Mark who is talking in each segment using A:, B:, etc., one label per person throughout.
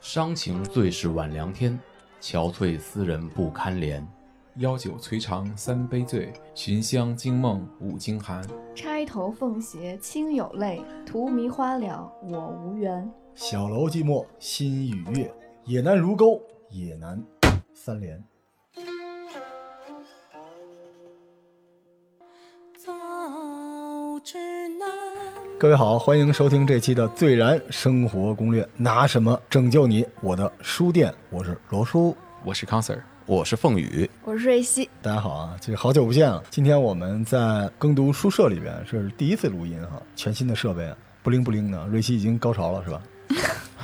A: 伤情最是晚凉天，憔悴斯人不堪怜。
B: 邀酒摧肠三杯醉，寻香惊梦五更寒。
C: 钗头凤斜清有泪，荼蘼花了我无缘。
D: 嗯小楼寂寞心与月，也难如钩，也难三连。各位好，欢迎收听这期的《最燃生活攻略》，拿什么拯救你？我的书店，我是罗叔。
B: 我是康 Sir，
A: 我是凤雨，
C: 我是瑞希，
D: 大家好啊，这好久不见了。今天我们在耕读书社里边这是第一次录音哈，全新的设备，不灵不灵的。瑞希已经高潮了是吧？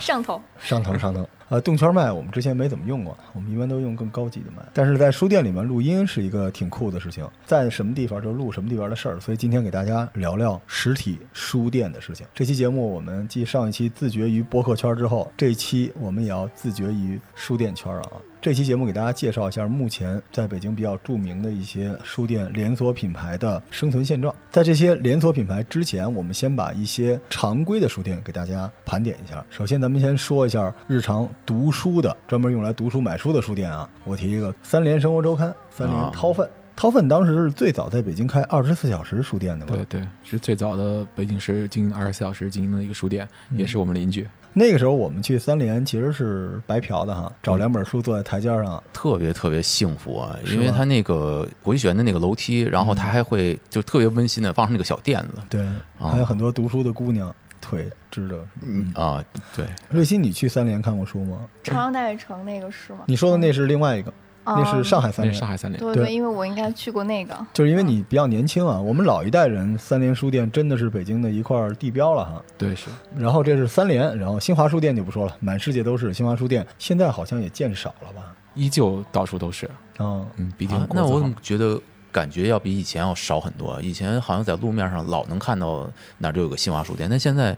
C: 上头。
D: 上腾上腾。呃，动圈麦我们之前没怎么用过，我们一般都用更高级的麦。但是在书店里面录音是一个挺酷的事情，在什么地方就录什么地方的事儿。所以今天给大家聊聊实体书店的事情。这期节目我们继上一期自觉于播客圈之后，这一期我们也要自觉于书店圈啊。这期节目给大家介绍一下目前在北京比较著名的一些书店连锁品牌的生存现状。在这些连锁品牌之前，我们先把一些常规的书店给大家盘点一下。首先，咱们先说一下日常读书的，专门用来读书买书的书店啊。我提一个三联生活周刊、三联
A: 啊
D: 韬奋。韬奋当时是最早在北京开二十四小时书店的嘛？
B: 对对，是最早的北京市经营二十四小时经营的一个书店，
A: 嗯
B: 也是我们邻居。
D: 那个时候我们去三联其实是白嫖的哈，找两本书坐在台阶上，
A: 特别特别幸福啊！
D: 是
A: 因为
D: 吧
A: 它那个回旋的那个楼梯，然后它
B: 嗯
A: 还会就特别温馨的放上那个小垫子，
D: 对，还有很多读书的姑娘，腿支着。
A: 嗯啊，对，
D: 瑞鑫，你去三联看过书吗？
C: 朝阳大悦城那个是吗？
D: 你说的那是另外一个，那是上海三
B: 那
D: 联
B: 是。上海三联，
C: 对
D: 对
C: 对，因为我应该去过那个。
D: 就是因为你比较年轻啊，我们老一代人，三联书店真的是北京的一块地标了哈。
B: 对是，
D: 然后这是三联，然后新华书店就不说了，满世界都是新华书店，现在好像也见少了吧？
B: 依旧到处都是。
D: 嗯，
B: 嗯，比
A: 啊
B: 定，
A: 那我怎么觉得感觉要比以前要少很多啊？以前好像在路面上老能看到哪儿就有个新华书店，但现在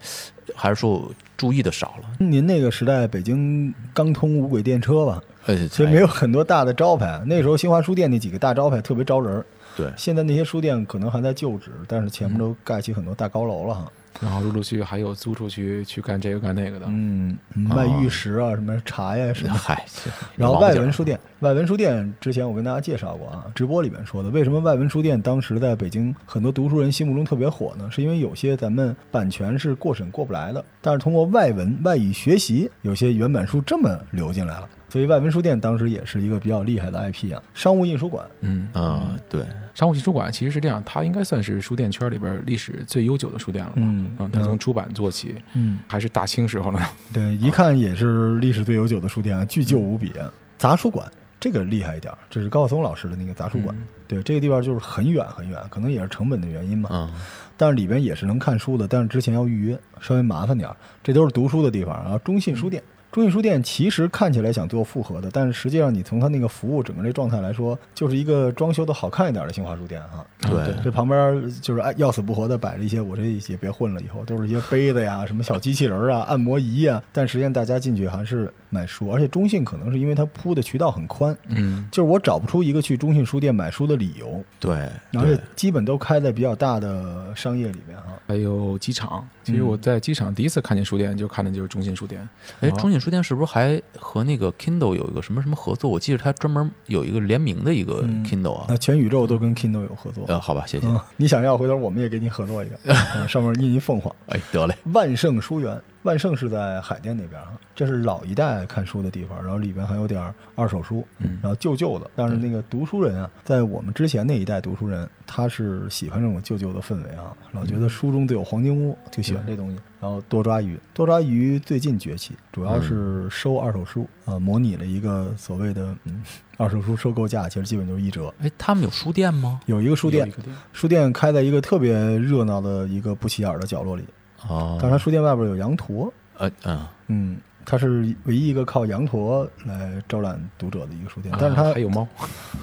A: 还是说注意的少了，
D: 您那个时代北京刚通无轨电车吧，
A: 呃，
D: 所以
A: 哎
D: 没有很多大的招牌。啊那时候新华书店那几个大招牌特别招人儿，
A: 对，
D: 现在那些书店可能还在旧址，但是前面都盖起很多大高楼了哈。
B: 然后陆陆续续还有租出去去干这个干那个的，
D: 嗯，卖玉石啊，什么茶呀、什么
A: 嗨，这
D: 然后
A: 王八
D: 外
A: 劲儿
D: 文书店，外文书店之前我跟大家介绍过啊，直播里面说的，为什么外文书店当时在北京很多读书人心目中特别火呢？是因为有些咱们版权是过审过不来的，但是通过外文外语学习，有些原版书这么流进来了。所以外文书店当时也是一个比较厉害的 IP 啊，商务印书馆，
B: 嗯，
A: 嗯，对，
B: 商务印书馆其实是这样，它应该算是书店圈里边历史最悠久的书店了吧？
D: 嗯
B: 它从出版做起，
D: 嗯，
B: 还是大清时候呢。
D: 对，一看也是历史最悠久的书店啊，巨旧无比。杂书馆这个厉害一点儿，这是高晓松老师的那个杂书馆，对，这个地方就是很远很远，可能也是成本的原因吧。
A: 嗯，
D: 但是里边也是能看书的，但是之前要预约，稍微麻烦点儿。这都是读书的地方啊。中信书店，中信书店其实看起来想做复合的，但是实际上你从它那个服务整个这状态来说，就是一个装修的好看一点的新华书店啊。
A: 对，
D: 这旁边就是哎要死不活的摆了一些，我这也别混了，以后都是一些杯子呀、什么小机器人儿啊、按摩仪啊。但实际上大家进去还是买书，而且中信可能是因为它铺的渠道很宽，
B: 嗯，
D: 就是我找不出一个去中信书店买书的理由，
A: 对，
D: 而且
A: 对
D: 基本都开在比较大的商业里面哈。
B: 还有机场。其实我在机场第一次看见书店，就看的就是中信书店。
A: 哎，中信书店是不是还和那个 Kindle 有一个什么什么合作？我记得它专门有一个联名的一个 Kindle 啊。
D: 那全宇宙都跟 Kindle 有合作。
A: 呃，好吧，谢谢。
D: 嗯，你想要，回头我们也给你合作一 个，嗯上面印一凤凰。
A: 哎，得嘞，
D: 万盛书园，万盛是在海淀那边哈，这是老一代看书的地方，然后里边还有点儿二手书，
B: 嗯
D: 然后旧旧的。但是那个读书人啊，在我们之前那一代读书人，他是喜欢这种旧旧的氛围啊，老觉得书中自有黄金屋，就喜欢这
B: 嗯
D: 东西。然后多抓鱼，多抓鱼最近崛起，主要是收二手书啊、模拟了一个所谓的嗯二手书收购价，其实基本就是一折。
A: 哎，他们有书店吗？
D: 有一个书
B: 有
D: 店
B: 一，个
D: 书店开在一个特别热闹的一个不起眼儿的角落里，
A: 哦，
D: 但是它书店外边有羊驼，
A: 呃嗯，
D: 嗯，它是唯一一个靠羊驼来招揽读者的一个书嗯店，但是它、
B: 啊还有 猫，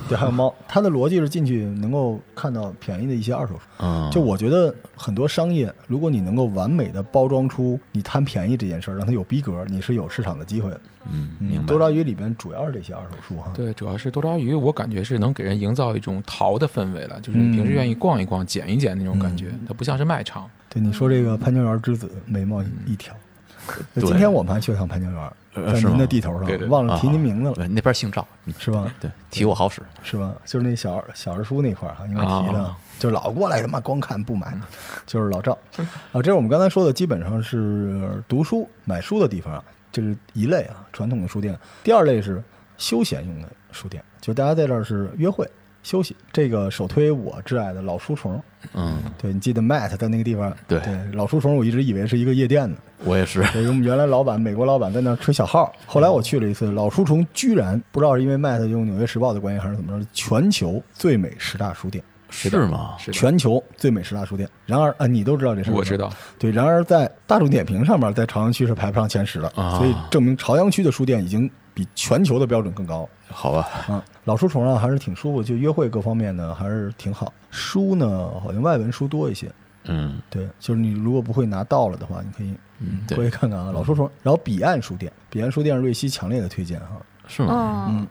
D: 对还有猫，它的逻辑是进去能够看到便宜的一些二手书。
A: 嗯，
D: 就我觉得很多商业，如果你能够完美的包装出你贪便宜这件事儿，让它有逼格，你是有市场的机会的。
A: 嗯，
D: 嗯，
A: 明白
D: 多。抓鱼里边主要是这些二手书哈。
B: 对，主要是多抓鱼，我感觉是能给人营造一种淘的氛围了，就是
D: 嗯
B: 你平时愿意逛一逛、捡一捡那种感觉，它不像是卖场。
D: 对，你说这个潘家园之子眉毛一条，
A: 对
D: 今天我们还去了趟潘家园，
A: 呃
D: 在
A: 是
D: 您的
A: 吗
D: 地头上，
B: 对对对
D: 忘了提您名字了，
A: 啊对，那边姓赵，嗯
D: 是吧？
A: 对，提我好使。
D: 是吧？就是那小小二叔那块儿哈，应该提的
B: 啊，
D: 就老过来他妈光看不买，就是老赵。啊，这是我们刚才说的，基本上是读书买书的地方啊，这是一类啊，传统的书店。第二类是休闲用的书店，就大家在这儿是约会休息。这个首推我挚爱的老书虫，
A: 嗯，
D: 对你记得 Matt 在那个地方，
A: 对
D: 老书虫，我一直以为是一个夜店呢。
A: 我也是。
D: 对，我们原来老板，美国老板在那儿吹小号。后来我去了一次，老书虫居然不知道是因为麦特用《纽约时报》的关系还是怎么着，全球最美十大书店，
A: 是
B: 的
A: 吗？
B: 是的
D: 全球最美十大书店。然而啊，你都知道这事儿，
B: 我知。道，
D: 对，然而在大众点评上面，在朝阳区是排不上前十的，
A: 啊
D: 所以证明朝阳区的书店已经比全球的标准更高。
A: 好吧，
D: 啊，老书虫啊，还是挺舒服，就约会各方面呢还是挺好。书呢，好像外文书多一些。
A: 嗯
D: 对，就是你如果不会拿到了的话，你可以
A: 嗯，
D: 过去
A: 对，
D: 看看啊，老说说。然后彼岸书店，彼岸书店是瑞希强烈的推荐哈，
A: 是吗？
D: 嗯
C: 哦，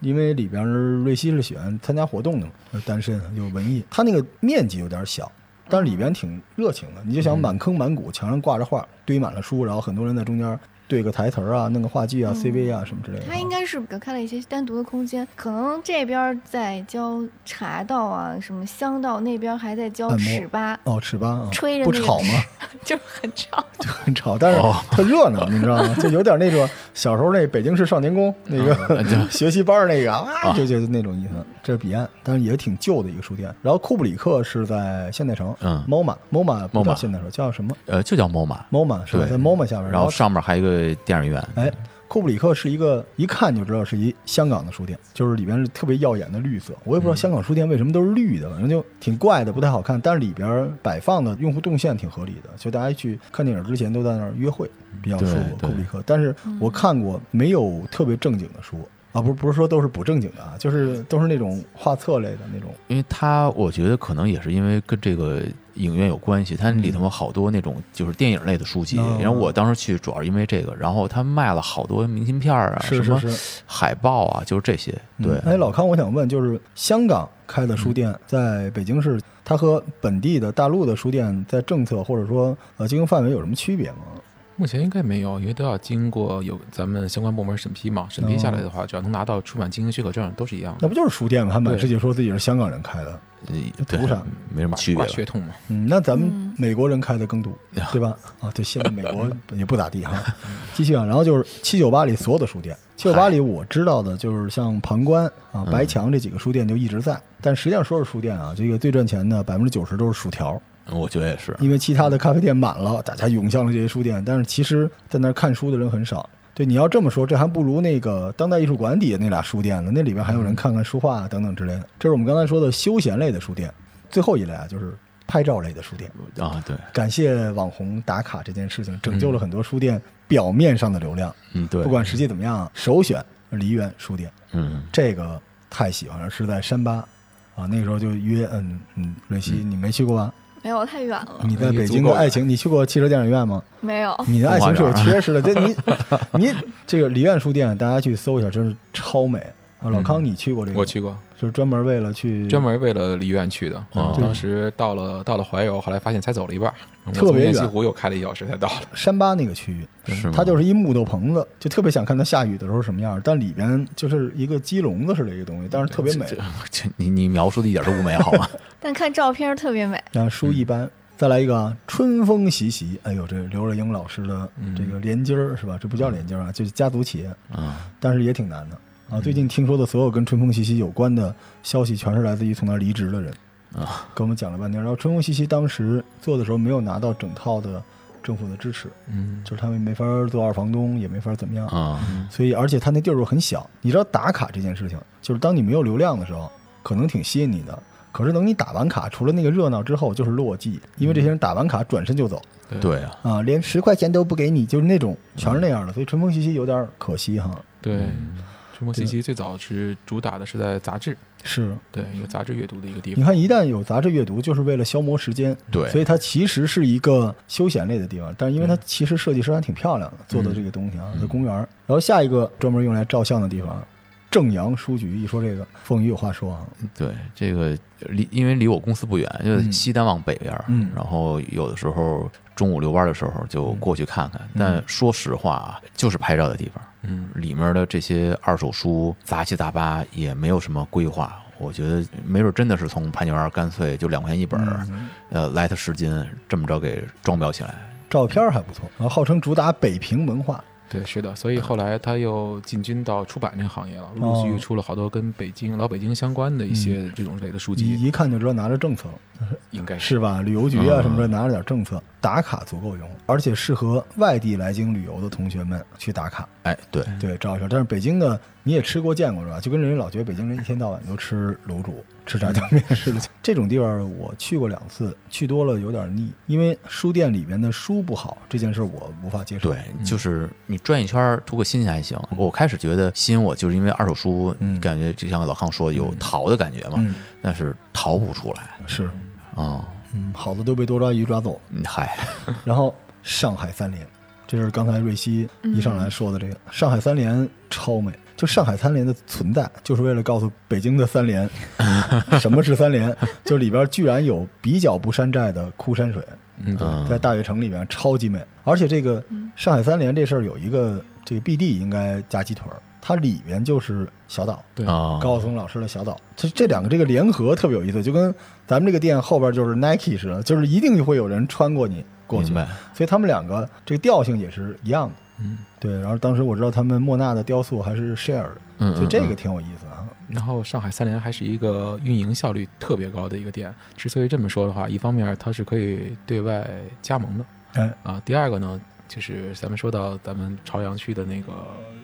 D: 因为里边儿瑞希是喜欢参加活动的嘛，单身啊有文艺，他那个面积有点小，但是里边挺热情的。你就
A: 嗯
D: 想满坑满谷，墙上挂着画，堆满了书，然后很多人在中间对个台词儿啊，弄个话剧啊、
C: 嗯
D: CV 啊什么之类的啊。
C: 它应该是隔开了一些单独的空间，可能这边儿在教茶道啊，什么香道，那边儿还在教
D: 按摩
C: 尺 八，
D: 哦，尺八啊，
C: 吹着
D: 不
C: 那个
D: 吵吗？
C: 就是很 吵。
D: 就很吵，但是
A: 哦
D: 特热闹，你知道吗？就有点那种小时候那北京市少年宫那
A: 啊
D: 个 学习班儿那个啊，就就那种意思。这是彼岸，但是也挺旧的一个书店。然后库布里克是在现代城，
A: 嗯
D: ，MoMA，MoMA 不叫
A: MoMA
D: 现代城，叫什么
A: 呃，就叫 MoMA，
D: ？MoMA 是吧？
A: 对
D: 在 MoMA 下边，
A: 然后上面还有一个电影院。
D: 哎，库布里克是一个一看就知道是一香港的书店，就是里边是特别耀眼的绿色。我也
A: 嗯
D: 不知道香港书店为什么都是绿的，反正就挺怪的，不太好看。但是里边摆放的用户动线挺合理的，就大家去看电影之前都在那儿约会，比较舒服。
A: 嗯对
D: 库布里克，但是我看过没有特别正经的书。啊，不是不是说都是不正经的啊，就是都是那种画册类的那种，
A: 因为它，我觉得可能也是因为跟这个影院有关系，它里头有好多那种就是电影类的书籍。
D: 嗯
A: 然后我当时去主要是因为这个，然后他卖了好多明信片儿啊，
D: 是
A: 什么
D: 是是，
A: 海报啊，就是这些。对
D: 嗯，哎，老康，我想问，就是香港开的书店在北京市，它和本地的大陆的书店在政策或者说呃经营范围有什么区别吗？
B: 目前应该没有，因为都要经过有咱们相关部门审批嘛，审批下来的
D: 哦
B: 话，只要能拿到出版经营许可证，都是一样
D: 那
B: 的，
D: 不就是书店吗？还满
B: 对
D: 世界说自己是香港人开的，
A: 呃对
D: 图啥
A: 没什么区别
B: 挂
A: 了。
B: 血统嘛。
D: 嗯，那咱们
C: 嗯
D: 美国人开的更多，对吧？啊，对，现在美国也不咋地哈。继续啊，然后就是七九八里所有的书店，七九八里我知道的就是像旁观啊、白墙这几个书店就一直在，但实际上说是书店啊，这个最赚钱的百分之九十都是薯条。
A: 我觉得也是。
D: 因为其他的咖啡店满了，大家涌向了这些书店，但是其实在那儿看书的人很少。对，你要这么说，这还不如那个当代艺术馆底下那俩书店呢，那里边还有人看看书画啊等等之类的。这是我们刚才说的休闲类的书店，最后一类啊就是拍照类的书店。
A: 啊，对，
D: 感谢网红打卡这件事情，拯救了很多书店表面上的流量，
A: 嗯，对，
D: 不管实际怎么样，首选梨园书店。
A: 嗯，
D: 这个太喜欢了，是在山巴啊，那时候就约，嗯嗯，瑞希，你没去过吧？
C: 没有，太远了，
D: 你在
B: 啊已经
D: 北京
B: 足够
D: 的
B: 了
D: 爱情，你去过汽车电影院吗？
C: 没有。
D: 你的爱情是有
A: 动画
D: 缺失的。这你你这个梨苑书店，大家去搜一下，真是超美啊！老康，你去过这个？
B: 嗯我，去过，
D: 就是专门为了去
B: 专门为了梨园去的。
A: 哦
B: 当时到了到了怀柔，后来发现才走了一半儿，我
D: 特别
B: 从
D: 远
B: 雁西湖又开了一小时才到了。
D: 山巴那个区域，
A: 是吗
D: 它就是一木头棚子，就特别想看它下雨的时候什么样，但里边就是一个鸡笼子似的一个东西，但是特别美
A: 这，这你你描述的一点都不美好 啊。
C: 但看照片儿特别美，
D: 啊，书一般。再来一个啊，春风习习。哎呦，这刘若英老师的
B: 嗯
D: 这个连襟儿是吧？这不叫连襟儿啊，就是家族企业。
A: 啊，
D: 但是也挺难的啊。最近听说的所有跟春风习习有关的消息，全是来自于从那儿离职的人
A: 啊，
D: 跟我们讲了半天。然后春风习习当时做的时候没有拿到整套的政府的支持，
B: 嗯，
D: 就是他们没法做二房东，也没法怎么样，
A: 啊，
D: 所以而且他那地儿又很小。你知道打卡这件事情，就是当你没有流量的时候，可能挺吸引你的。可是等你打完卡，除了那个热闹之后，就是落寂，因为这些人打完卡转身就走
A: 对啊，
D: 啊，连十块钱都不给你，就是那种全是那样的，所以春风习习有点可惜哈。
B: 对，
D: 嗯
B: 春梦信息最早是主打的是在杂志，
D: 是，
B: 对，一个杂志阅读的一个地
D: 你
B: 方。
D: 看，一旦有杂志阅读，就是为了消磨时间，
A: 对
D: 所以它其实是一个休闲类的地方。但是因为它其实设计师还挺漂亮的，做的这个东西啊，在公园儿。然后下一个专门用来照相的地方，正阳书局，一说这个凤仪有话说啊，
A: 对，这个离因为离我公司不远，就是西单往北边儿，
D: 嗯
A: 然后有的时候中午遛弯儿的时候就过去看看。
D: 嗯
A: 但说实话啊，就是拍照的地方，
B: 嗯，
A: 里面的这些二手书杂七杂八，也没有什么规划。我觉得没准真的是从潘家园干脆就两块钱一本儿，
D: 嗯
A: 呃，来它十斤，这么着给装裱起来。
D: 照片还不错，然后号称主打北平文化，
B: 对，是的，所以后来他又进军到出版这个行业了，陆陆
D: 哦
B: 续续出了好多跟北京、老北京相关的一
D: 嗯
B: 些这种类的书籍，
D: 一一看就知道拿着政策，
B: 应该是
D: 是吧？旅游局啊
A: 嗯
D: 什么的拿着点政策，打卡足够用，而且适合外地来京旅游的同学们去打卡，
A: 哎，对，
D: 对，照一照。但是北京的你也吃过见过是吧？就跟人家老觉得北京人一天到晚都吃卤煮、吃炸酱面似的。这种地方我去过两次，去多了有点腻，因为书店里面的书不好这件事我无法接受。
A: 对，就是你转一圈儿图个新鲜还行。我开始觉得吸引我，就是因为二手书，
D: 嗯
A: 感觉就像老康说有淘的感觉嘛，
D: 嗯
A: 但是淘不出来
D: 是，
A: 啊、
D: 嗯，好的都被多抓鱼抓走。
A: 嗯嗨，
D: 然后上海三联，这是刚才瑞希一上来说的
A: 嗯
D: 这个、上海三联超美。就上海三联的存在，就是为了告诉北京的三联什么是三联， 就里边居然有比较不山寨的枯山水，
B: 嗯对，
A: 嗯，
D: 在大悦城里边超级美。而且这个上海三联这事儿有一个这个 BD 应该加鸡腿儿，它里面就是小岛。
B: 对
A: 啊，
D: 高晓松老师的小岛，这这两个这个联合特别有意思，就跟咱们这个店后边就是 Nike 似的，就是一定会有人穿过你过去
A: 明，白，
D: 所以他们两个这个调性也是一样的。
B: 嗯。
D: 对，然后当时我知道他们莫纳的雕塑还是 Share
A: 嗯，
D: 的，
A: 嗯
D: 就这个，挺有意思啊。
B: 然后上海三联还是一个运营效率特别高的一个店。之所以这么说的话，一方面它是可以对外加盟的
D: 哎，
B: 啊，第二个呢，就是咱们说到咱们朝阳区的那个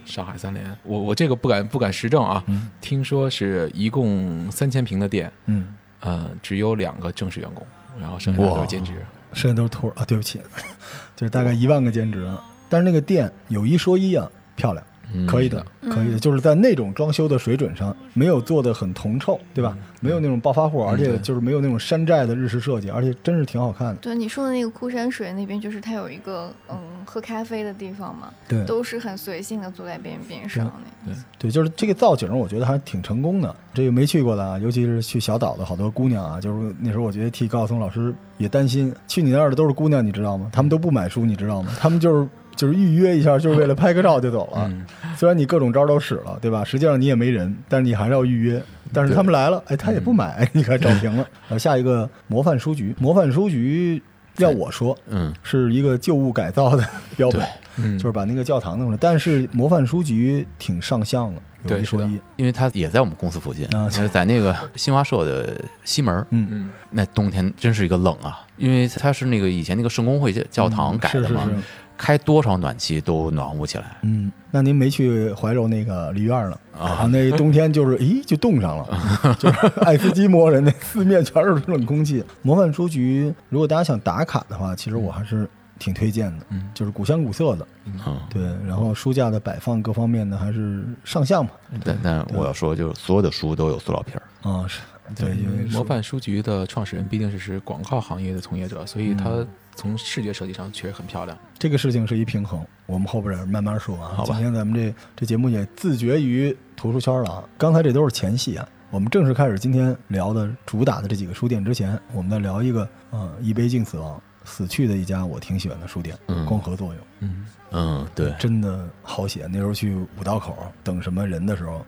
B: 上海三联，我我这个不敢不敢实证啊，
D: 嗯
B: 听说是一共三千平的店，
D: 嗯，
B: 呃，只有两个正式员工，然后剩下的都是兼职。
D: 剩下都是托儿啊，对不起， 就是大概一万个兼职啊。但是那个店有一说一啊，漂亮，
A: 嗯
D: 可以的，可以的，就是在那种装修的水准上，没有做的很铜臭，对
A: 嗯
D: 吧？没有那种暴发户，而且就是没有那种山寨的日式设计，而且真是挺好看的。
C: 对你说的那个枯山水那边，就是它有一个嗯喝咖啡的地方嘛，
D: 对
C: 都是很随性的坐在边边上那
B: 对
C: 种。
D: 对，就是这个造景，我觉得还挺成功的。这个没去过的啊，尤其是去小岛的好多姑娘啊，就是那时候我觉得替高晓松老师也担心，去你那儿的都是姑娘，你知道吗？她们都不买书，你知道吗？她们就是就是预约一下，就是为了拍个照就走
A: 嗯
D: 了。
B: 嗯
D: 虽然你各种招都使了，对吧？实际上你也没人，但是你还是要预约。但是他们来了，哎，他也不
B: 嗯
D: 买，你看照平 了。呃，下一个模范书局，模范书局要我说
A: 嗯，
D: 是一个旧物改造的标本。
B: 嗯
D: 就是把那个教堂弄出来。但是模范书局挺上相的，有
B: 对
D: 一说
B: 是的
D: 一，嗯
A: 因为它也在我们公司附近，
D: 啊
A: 就是在那个新华社的西门儿，
D: 嗯，
B: 嗯，
A: 那冬天真是一个冷啊，因为它是那个以前那个圣公会教教堂改
D: 是
A: 的
D: 嗯是
A: 嘛，
D: 是，
A: 开多少暖气都暖和不起来，
D: 嗯，那您没去怀柔那个梨院了啊？那冬天 就是，咦，就冻上 了，就是爱斯基摩人那四面全是冷空气。模范书局，如果大家想打卡的话，其实我还是挺推荐的，
B: 嗯
D: 就是古香古色的，
A: 嗯，
D: 对，然后书架的摆放各方面呢，还是上相嘛，
A: 但但我要说，就是所有的书都有塑料瓶儿，
D: 啊，是对，因为
B: 模范书局的创始人毕竟是是广告行业的从业者，所
D: 嗯
B: 以他从视觉设计上确实很漂亮。
D: 这个事情是一平衡，我们后边儿慢慢说啊。
A: 好吧
D: 今天咱们这这节目也自绝于图书圈了啊。刚才这都是前戏啊，我们正式开始今天聊的主打的这几个书店之前，我们再聊一个呃，一杯敬死亡，死去的一家我挺喜欢的书店，
A: 嗯
D: 光合作用
B: 嗯，
A: 嗯，对，
D: 真的好写。那时候去五道口等什么人的 时候，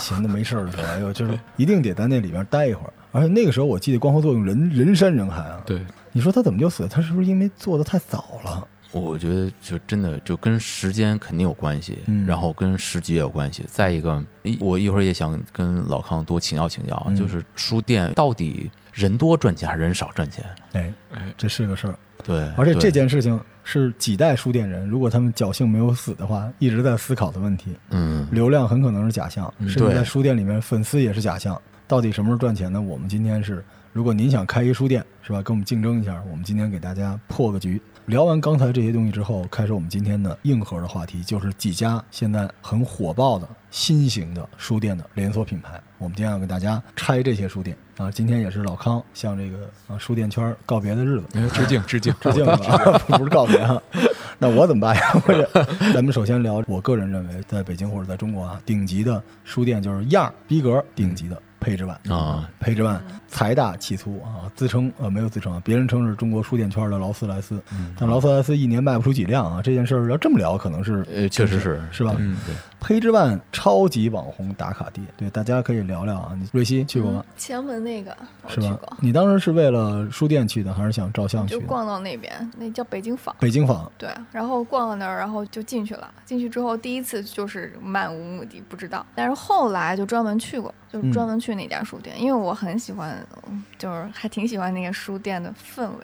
D: 闲的没事儿的时候，哎呦，就是一定得在那里边待一会儿。而且那个时候我记得光合作用人人山人海啊。，
B: 对，
D: 你说他怎么就死？他是不是因为做的太早了？
A: 我觉得就真的就跟时间肯定有关系，
D: 嗯
A: 然后跟时机也有关系。再一个，一我一会儿也想跟老康多请教请教，啊
D: 嗯
A: 就是书店到底人多赚钱还是人少赚钱？
D: 哎，
B: 哎，
D: 这是个事儿。
A: 对，
D: 而且
A: 对
D: 这，件事情是几代书店人，如果他们侥幸没有死的话，一直在思考的问题。
A: 嗯，
D: 流量很可能是假象，
B: 嗯
D: 甚至
A: 对
D: 在书店里面，粉丝也是假象。到底什么时候赚钱呢？我们今天是，如果您想开一书店，是吧？跟我们竞争一下，我们今天给大家破个局。聊完刚才这些东西之后，开始我们今天的硬核的话题，就是几家现在很火爆的新型的书店的连锁品牌。我们今天要给大家拆这些书店啊，今天也是老康向这个啊书店圈儿告别的日子。
B: 哎致敬致敬
D: 致敬了啊，不是告别啊。 那我怎么办呀？ 或者，咱们首先聊，我个人认为，在北京或者在中国啊，顶级的书店就是样儿逼格顶级的配置版
A: 啊，
D: 配置版财大气粗啊，自称呃没有自称啊，别人称是中国书店圈的劳斯莱斯，
A: 嗯
D: 但劳斯莱斯一年卖不出几辆啊，这件事儿要这么聊，可能是
A: 呃，确实是
D: 是吧？
A: 嗯，对，
D: 配置版超级网红打卡地，对，大家可以聊聊啊。你瑞希去过吗？
C: 前门那个我
D: 是
C: 嗯去
D: 吧
C: 过？，
D: 你当时是为了书店去的，还是想照相去
C: 就
D: 的？
C: 逛到那边，那叫北京坊。
D: 北京坊
C: 对，然后逛到那儿，然后就进去了。进去之后，第一次就是漫无目的，不知道。但是后来就专门去过，
D: 嗯
C: 就是专门去那家书店，因为我很喜欢，嗯就是还挺喜欢那个书店的氛围，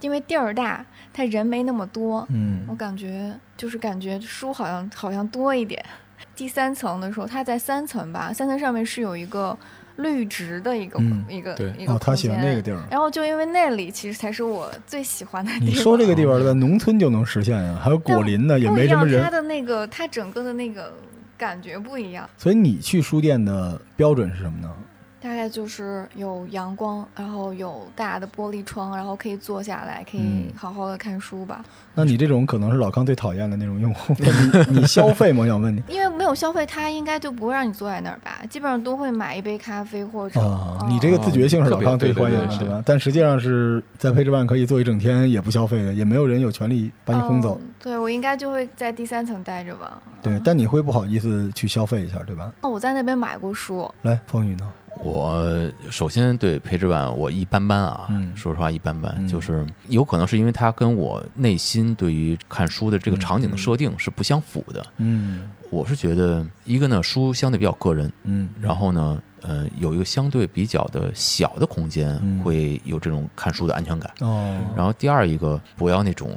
C: 因为地儿大，他人没那么多，
D: 嗯
C: 我感觉就是感觉书好像好像多一点。第三层的时候，它在三层吧，三层上面是有一个绿植的一个、
D: 嗯
C: 一个
B: 对
C: 一个空间、
D: 哦他喜欢那个地儿
C: 然后就因为那里其实才是我最喜欢的地方。
D: 你说这个地方在农村就能实现呀、还有果林呢，也没什么
C: 不一样，它
D: 人，
C: 的那个它整个的那个感觉不一样，
D: 所以你去书店的标准是什么呢？
C: 大概就是有阳光，然后有大的玻璃窗，然后可以坐下来，可以
D: 嗯
C: 好好的看书吧。
D: 那你这种可能是老康最讨厌的那种用 户，你你消费吗？我想问 你
C: 因为没有消费，它应该就不会让你坐在那儿吧？基本上都会买一杯咖啡或者、
D: 啊，
C: 嗯
D: 你这个自觉性是老康最欢迎
C: 哦
D: 的，
C: 特别
D: 对吧？但实际上是在配置办可以坐一整天也不消费的，也没有人有权利把你轰走
C: 嗯。对我应该就会在第三层待着吧。
D: 对，但你会不好意思去消费一下，对吧？
C: 哦，我在那边买过书，
D: 来，风雨呢？
A: 我首先对培植版我一般般啊，
D: 嗯
A: 说实话一般般，
D: 嗯
A: 就是有可能是因为它跟我内心对于看书的这个场景的设定是不相符的。
D: 嗯
A: 我是觉得一个呢，书相对比较个人，
D: 嗯
A: 然后呢，呃，有一个相对比较的小的空间
D: 嗯，
A: 会有这种看书的安全感。
D: 哦，
A: 然后第二一个，不要那种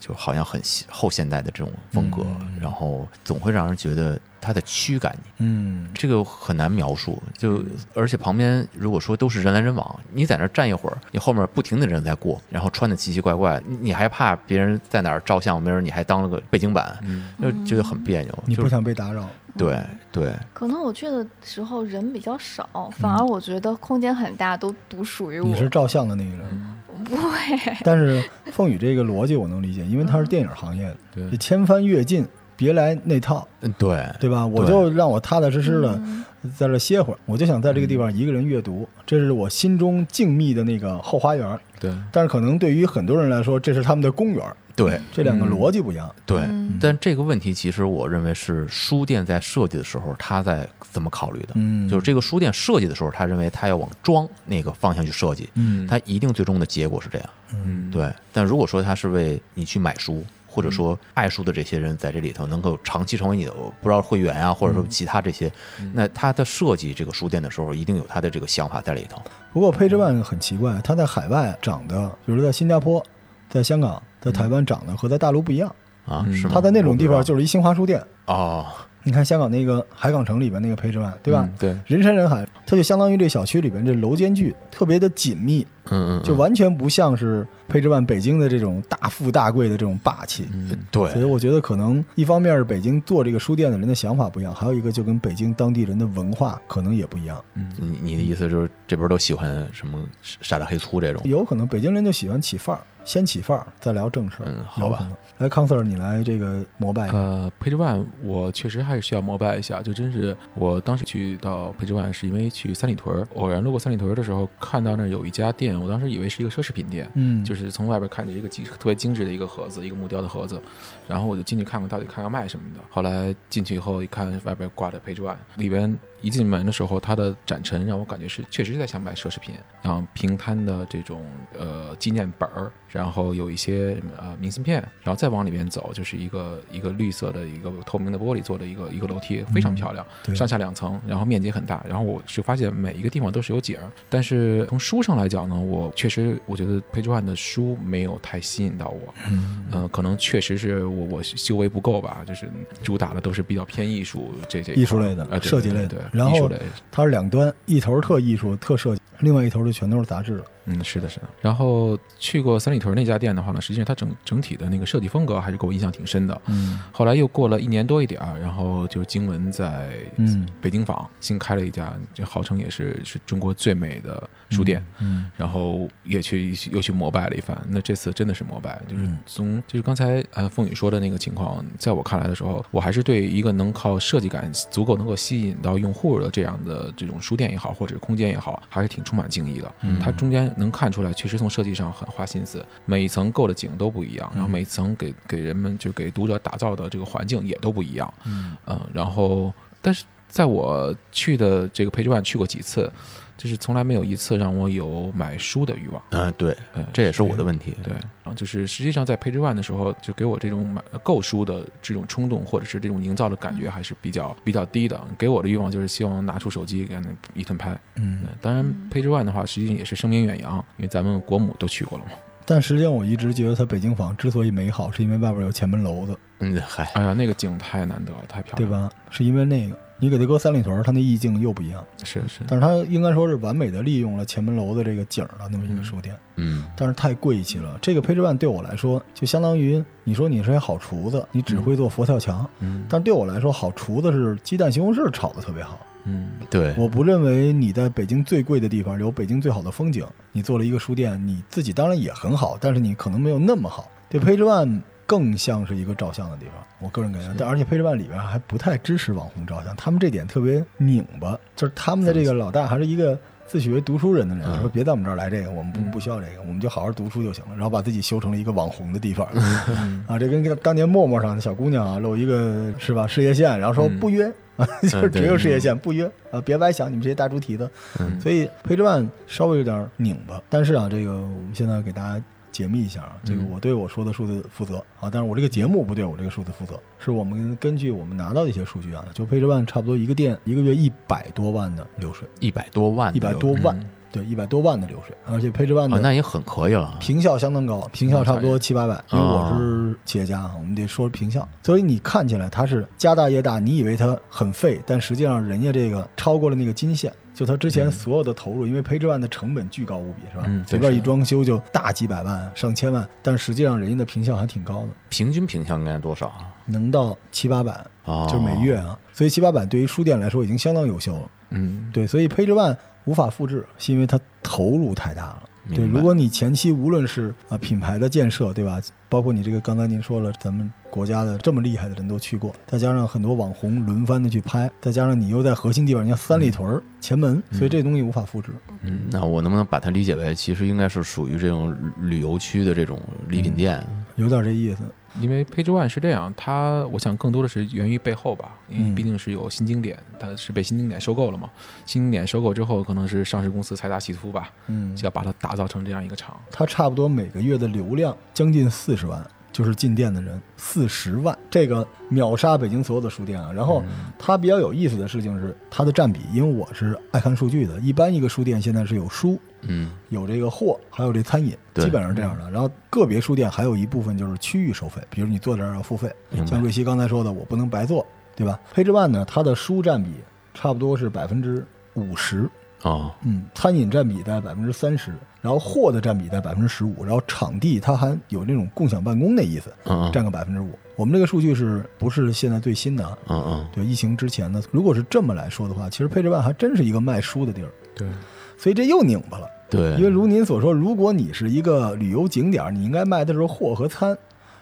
A: 就好像很现后现代的这种风格，
D: 嗯
A: 然后总会让人觉得它的驱赶你，
D: 嗯
A: 这个很难描述。就而且旁边如果说都是人来人往，你在那儿站一会儿，你后面不停的人在过，然后穿的奇奇怪怪，你你还怕别人在哪儿照相，没人你还当了个背景板，
B: 嗯，
A: 就觉得很别扭。
D: 你
A: 就
D: 不想被打扰，
A: 对对，
C: 可能我去的时候人比较少，反而我觉得空间很大，都独属于我。
D: 嗯你是照相的那个人。
C: 不会，嗯
D: 但是凤雨这个逻辑我能理解，因为他是电影行业的，
B: 对
D: 这千帆越尽，别来那套，
A: 嗯对
D: 对吧？我就让我踏踏实实的
C: 嗯
D: 在这歇会儿，我就想在这个地方一个人阅读，这是我心中静谧的那个后花园。
B: 对，
D: 但是可能对于很多人来说，这是他们的公园，
A: 对
D: 这两个
B: 嗯
D: 逻辑不一样。
A: 对。
C: 嗯
A: 但这个问题，其实我认为是书店在设计的时候，他在怎么考虑的？
D: 嗯，
A: 就是这个书店设计的时候，他认为他要往装那个方向去设计，
D: 嗯
A: 他一定最终的结果是这样。
B: 嗯，
A: 对，但如果说他是为你去买书，或
D: 嗯
A: 者说爱书的这些人在这里头能够长期成为你的，我不知道会员啊，或者
D: 嗯
A: 说其他这些，那他的设计这个书店的时候，一定有他的这个想法在里头。
D: 不过配置万很奇怪，它在海外长得，比如在新加坡、在香港、在台湾长得和在大陆不一样。
A: 啊，
B: 嗯
A: 是吗？
D: 它在那种地
A: 我
D: 方
A: 不知
D: 就是一新华书店。
A: 道哦，
D: 你看香港那个海港城里边那个配置万，对吧？
B: 嗯对，
D: 人山人海，它就相当于这小区里边这楼间距特别的紧密，
A: 嗯嗯，
D: 就完全不像是配置万北京的这种大富大贵的这种霸气。
A: 嗯
D: 所以
A: 对，
D: 我觉得可能一方面是北京做这个书店的人的想法不一样，还有一个就跟北京当地人的文化可能也不一样。
A: 你你的意思就是这边都喜欢什么傻大黑粗这种？
D: 有可能北京人就喜欢起范儿，先起范儿再聊正事儿。
A: 嗯
D: 有
A: 好吧
D: 可能。来，康 Sir，你来这个膜拜一下。
B: 呃，Page One 我确实还是需要膜拜一下，就真是我当时去到 Page One 是因为去三里屯儿，偶然路过三里屯儿的时候，看到那儿有一家店，我当时以为是一个奢侈品店，
D: 嗯，
B: 就是从外边看着一个精特别精致的一个盒子，一个木雕的盒子，然后我就进去看看到底看看卖什么的。后来进去以后一看，外边挂着 Page One，里边一进门的时候，它的展陈让我感觉是确实是在想买奢侈品，然后平摊的这种呃纪念本儿，然后有一些呃明信片，然后再往里面走就是一个一个绿色的一个透明的玻璃做的一个一个楼梯，非常漂亮。
D: 对
B: 上下两层，然后面积很大。然后我是发现每一个地方都是有景儿，但是从书上来讲呢，我确实我觉得 Page One 的书没有太吸引到我。嗯、可能确实是我我修为不够吧，就是主打的都是比较偏艺术这这一
D: 艺术
B: 块儿
D: 类的
B: 啊、对对
D: 设计
B: 对
D: 类的
B: 对，
D: 然
B: 艺术
D: 后
B: 类
D: 它是两端，一头儿特艺术、特设计，另外一头儿就全都是杂志了。
B: 嗯，是的，是的。然后去过三里屯那家店的话呢，实际上它整整体的那个设计风格还是给我印象挺深的。
D: 嗯
B: 后来又过了一年多一点儿，然后就经文在
D: 嗯
B: 北京坊新开了一家，这号称也是是中国最美的书店。
D: 嗯
B: 然后也去又去膜拜了一番。那这次真的是膜拜，就是
D: 嗯
B: 从就是刚才呃凤宇说的那个情况，在我看来的时候，我还是对一个能靠设计感足够能够吸引到用户的这样的这种书店也好，或者空间也好，还是挺充满敬意的。
D: 嗯
B: 它中间能看出来，确实从设计上很花心思，每一层构的景都不一样，然后每一层给给人们就给读者打造的这个环境也都不一样。
D: 嗯
B: 嗯，然后但是在我去的这个 Page One 去过几次，就是从来没有一次让我有买书的欲望。
A: 嗯，对，
B: 嗯，
A: 这也是我的问题。
B: 对，然后就是实际上在 Page One 的时候，就给我这种买购书的这种冲动，或者是这种营造的感觉还是比较比较低的。给我的欲望就是希望拿出手机给它一顿拍。
D: 嗯
B: 嗯，当然 Page One 的话，实际上也是声名远扬，因为咱们国母都去过了嘛。
D: 但实际上，我一直觉得它北京坊之所以美好，是因为外边有前门楼子，
A: 嗯，嗨，
B: 哎呀，那个景太难得了，太漂
D: 对
B: 亮了。
D: 吧？是因为那个，你给它搁三里屯儿，它那意境又不一样。
B: 对吧？是是，
D: 但是它应该说是完美的利用了前门楼的这个景儿啊的那么一个书店，
A: 嗯
D: 但是太贵气了。这个 Page One 对我来说，就相当于你说你是一好厨子，你只会做佛跳墙，
B: 嗯
D: 但对我来说，好厨子是鸡蛋西红柿炒的特别好。
B: 嗯
A: 对，
D: 我不认为你在北京最贵的地方有北京最好的风景，你做了一个书店，你自己当然也很好，但是你可能没有那么好。对 Page One 更像是一个照相的地方，我个人感觉，但而且 Page One 里边还不太支持网红照相，他们这点特别拧巴，就是他们的这个老大还是一个。自诩为读书人的人
A: 嗯
D: 说：“别在我们这儿来这个，我们不
B: 嗯
D: 不需要这个，我们就好好读书就行了。”然后把自己修成了一个网红的地方，
B: 嗯
D: 啊，这跟当年陌陌上的小姑娘啊，露一个是吧事业线，然后说
B: 嗯
D: 不约、啊，就是只有事业
B: 嗯
D: 线不约啊，别白想你们这些大猪蹄子。
A: 嗯
D: 所以陪着万稍微有点拧巴，但是啊，这个我们现在给大家解密一下啊，这个
B: 嗯
D: 我对我说的数字负责啊，但是我这个节目不对我这个数字负责，是我们根据我们拿到的一些数据啊，就陪着万差不多一个店一个月一百多万的流水，
A: 一百多万，
D: 一百多万，
B: 嗯哦
D: 对，一百多万的流水，而且陪着万的、
A: 啊，那也很可以了。
D: 平效相当高，平效差不多七八百，因为我
A: 哦
D: 是企业家啊，我们得说平效，所以你看起来它是家大业大，你以为它很废，但实际上人家这个超过了那个金线，就它之
A: 嗯
D: 前所有的投入，因为 Page One 的成本巨高无比，是吧？
B: 嗯
D: 随便一装修就大几百万、上千万，但实际上人家的平效还挺高的，
A: 平均品相应该是多少啊？
D: 能到七八百，
A: 哦
D: 就是每月啊，所以七八百对于书店来说已经相当优秀了。
B: 嗯
D: 对，所以 Page One 无法复制，是因为它投入太大了。对，
A: 明白
D: 如果你前期无论是啊品牌的建设，对吧？包括你这个刚才您说了，咱们国家的这么厉害的人都去过，再加上很多网红轮番的去拍，再加上你又在核心地方，你像三里
A: 嗯
D: 屯儿、前门，所以这东西无法复制。
B: 嗯，
A: 那我能不能把它理解为，其实应该是属于这种旅游区的这种礼品店？
D: 有点这意思。
B: 因为 Page One 是这样，它我想更多的是源于背后吧，因为
D: 嗯
B: 毕竟是有新经典，它是被新经典收购了嘛。新经典收购之后，可能是上市公司财大气粗吧，
D: 嗯
B: 就要把它打造成这样一个厂。
D: 它差不多每个月的流量将近四十万，就是进店的人四十万，这个秒杀北京所有的书店啊。然后
A: 嗯
D: 它比较有意思的事情是它的占比，因为我是爱看数据的，一般一个书店现在是有书。
A: 嗯，
D: 有这个货，还有这餐饮，
A: 对嗯
D: 基本上是这样的。然后个别书店还有一部分就是区域收费，比如你坐这儿要付费
A: 明，白
D: 像瑞希刚才说的，我不能白坐，对吧？配置万呢，它的书占比差不多是百分之五十，
A: 哦，
D: 嗯，餐饮占比在百分之三十，然后货的占比在百分之十五，然后场地它还有那种共享办公的意思，
A: 嗯嗯
D: 占个百分之五。我们这个数据是不是现在最新的啊？
A: 嗯嗯，
D: 对，疫情之前的，如果是这么来说的话，其实配置万还真是一个卖书的地儿，
B: 对，
D: 所以这又拧巴了。
A: 对，
D: 因为如您所说，如果你是一个旅游景点儿，你应该卖的是货和餐，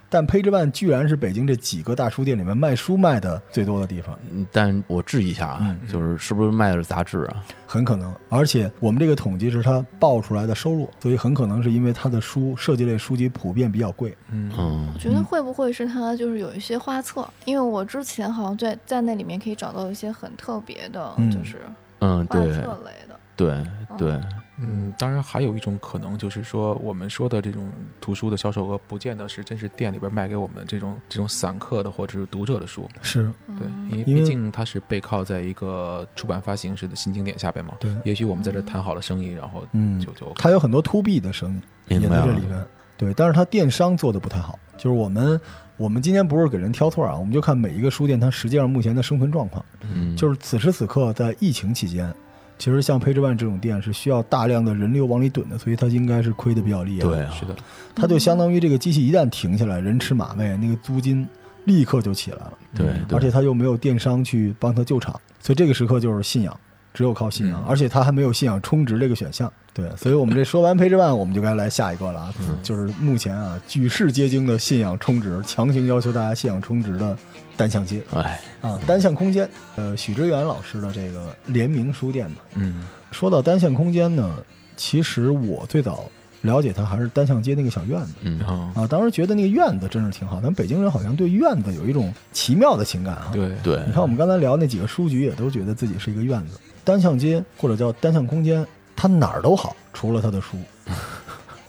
D: 但 Page One 居然是北京这几个大书店里面卖书卖的最多的地方，
A: 嗯但我质疑一下啊，就是是不是卖的是杂志啊？
D: 很可能。而且我们这个统计是它报出来的收入，所以很可能是因为它的书设计类书籍普遍比较贵。
B: 嗯
A: 嗯
C: 我觉得会不会是它就是有一些画册，因为我之前好像在在那里面可以找到一些很特别的，
D: 嗯
C: 就是
A: 嗯，
C: 画
A: 对
C: 册类的。
A: 对对，
B: 嗯，当然还有一种可能就是说，我们说的这种图书的销售额，不见得是真是店里边卖给我们这种这种散客的或者是读者的书。
D: 是，
B: 对，
C: 嗯
B: 因为
D: 因为
B: 毕竟它是背靠在一个出版发行式的新经典下边嘛。
D: 对
B: 也许我们在这谈好了生意，然后
D: 嗯
B: 就就 OK
D: 它有很多 To B 的生意。也
A: 明
D: 在
A: 白
D: 这
A: 了
D: 里。边。对，但是它电商做的不太好，就是我们。我们今天不是给人挑错啊，我们就看每一个书店它实际上目前的生存状况。
A: 嗯，
D: 就是此时此刻在疫情期间，其实像 Page One 这种店是需要大量的人流往里怼的，所以它应该是亏的比较厉害。
A: 对，啊，
B: 是的，
D: 它就相当于这个机器一旦停下来，人吃马喂，那个租金立刻就起来了，
A: 对
B: 嗯，
A: 对
D: 而且它又没有电商去帮它救场，所以这个时刻就是信仰，只有靠信仰，
B: 嗯
D: 而且它还没有信仰充值这个选项。对，所以我们这说完 Page One，我们就该来下一个了啊，就是目前啊举世皆惊的信仰充值，强行要求大家信仰充值的单向街
A: 哎，
D: 啊，单向空间，呃，许知远老师的这个联名书店嘛。
B: 嗯
D: 说到单向空间呢，其实我最早了解它还是单向街那个小院子
A: 嗯
B: 然，后
D: 啊，当时觉得那个院子真是挺好。咱北京人好像对院子有一种奇妙的情感啊。，
B: 对
A: 对
D: 你，看我们刚才聊那几个书局，也都觉得自己是一个院子。单向街或者叫单向空间，它哪儿都好，除了它的书，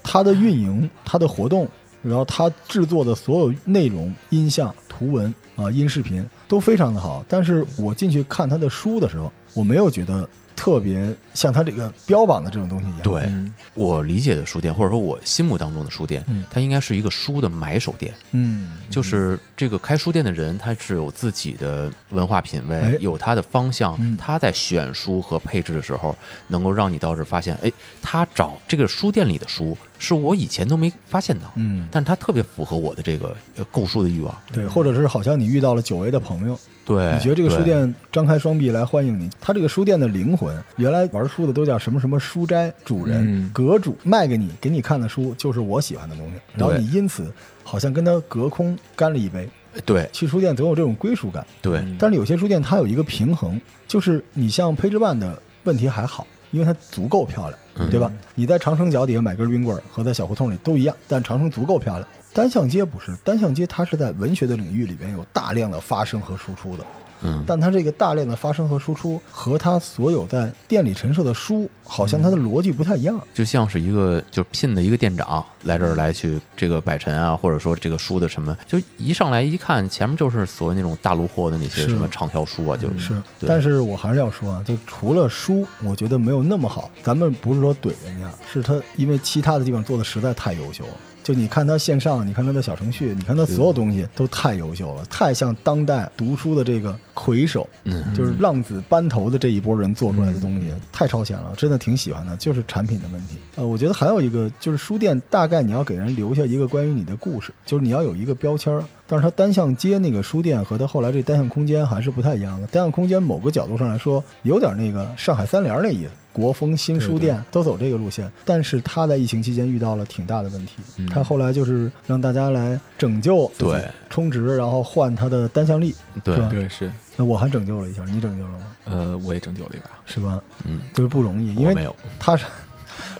D: 它的运营、它的活动，然后它制作的所有内容、音像、图文啊、音视频都非常的好。但是我进去看它的书的时候，我没有觉得特别像它这个标榜的这种东西一样。
A: 对
B: 嗯
A: 我理解的书店，或者说我心目当中的书店
D: 嗯，
A: 它应该是一个书的买手店，
D: 嗯，
A: 就是这个开书店的人，他是有自己的文化品
D: 哎
A: 味，有他的方向
D: 嗯，
A: 他在选书和配置的时候，能够让你倒是发现，哎，他找这个书店里的书是我以前都没发现到，
D: 嗯，
A: 但是他特别符合我的这个呃购书的欲望。
D: 对，或者是好像你遇到了久违的朋友，
A: 对，
D: 你觉得这个书
A: 哎对
D: 店张开双臂来欢迎你？它这个书店的灵魂，原来玩书的都叫什么什么书斋主人、
B: 嗯
D: 阁主，卖给你给你看的书就是我喜欢的东西，然后
A: 对
D: 你因此好像跟他隔空干了一杯。
A: 对
D: 去书店总有这种归属感，
A: 对
B: 嗯
D: 但是有些书店它有一个平衡，就是你像培植办的问题还好，因为它足够漂
A: 嗯
D: 亮，对吧？你在长城脚底下买根冰棍儿和在小胡同里都一样，但长城足够漂亮。单向街不是，单向街它是在文学的领域里边有大量的发生和输出的，
A: 嗯
D: 但它这个大量的发生和输出和它所有在店里陈设的书，好像它的逻辑不太一样。
A: 就像是一个就是聘的一个店长来这儿来去这个摆陈啊，或者说这个书的什么，就一上来一看前面就是所谓那种大陆货的那些
D: 是
A: 什么畅销书啊，就是
D: 是，
A: 对
D: 但是我还是要说啊，就除了书，我觉得没有那么好。咱们不是说怼人家，是他因为其他的地方做的实在太优秀了。就你看他线上，你看他的小程序，你看他所有东西都太优秀了，太像当代读书的这个魁首，
A: 嗯，
D: 就是浪子班头的这一波人做出来的东西，太超前了，真的挺喜欢的。就是产品的问题。呃，我觉得还有一个就是书店，大概你要给人留下一个关于你的故事，就是你要有一个标签儿。但是它单向街那个书店和它后来这单向空间还是不太一样的。单向空间某个角度上来说，有点那个上海三联儿那意思。国风新书店都走这个路线，但是他在疫情期间遇到了挺大的问题。他后来就是让大家来拯救自己
A: 嗯对
D: 充值，然后换他的单向力。
A: 对
D: 是吧
B: 对是，
D: 那我还拯救了一下，你拯救了吗？
B: 呃，我也拯救了一把，
D: 是吧？
A: 嗯，
D: 就是不容易，因
A: 我
D: 为
A: 没有，
D: 他是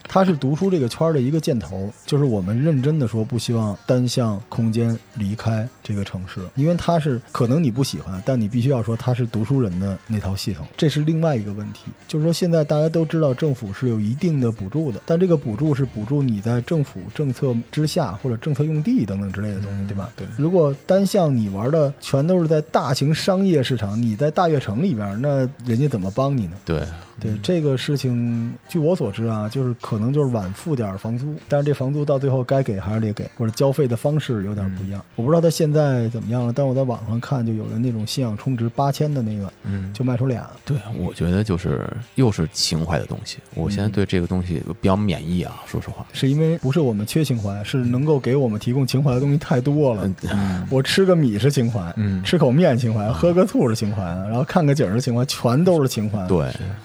D: 他是读书这个圈儿的一个箭头，就是我们认真的说，不希望单向空间离开这个城市，因为它是可能你不喜欢，但你必须要说它是读书人的那套系统，这是另外一个问题。就是说，现在大家都知道政府是有一定的补助的，但这个补助是补助你在政府政策之下或者政策用地等等之类的东西，对吧？
A: 嗯
B: 对
D: 如果单向你玩的全都是在大型商业市场，你在大悦城里边儿，那人家怎么帮你呢？
A: 对
D: 对这个事情，据我所知啊，就是可能就是晚付点儿房租，但是这房租到最后该给还是得给，或者交费的方式有点不一样。我不知道他现在怎么样了，但我在网上看就有人那种信仰充值八千的那个，
B: 嗯，
D: 就卖出俩。
A: 对，啊我觉得就是又是情怀的东西，我现在对这个东西比较免疫啊，说实话，
D: 是因为不是我们缺情怀，是能够给我们提供情怀的东西太多
A: 嗯
D: 了。我吃个米是情怀，
B: 嗯
D: 吃口面情怀，喝个醋是情怀，然后看个景儿是情怀，全都是情怀。
A: 对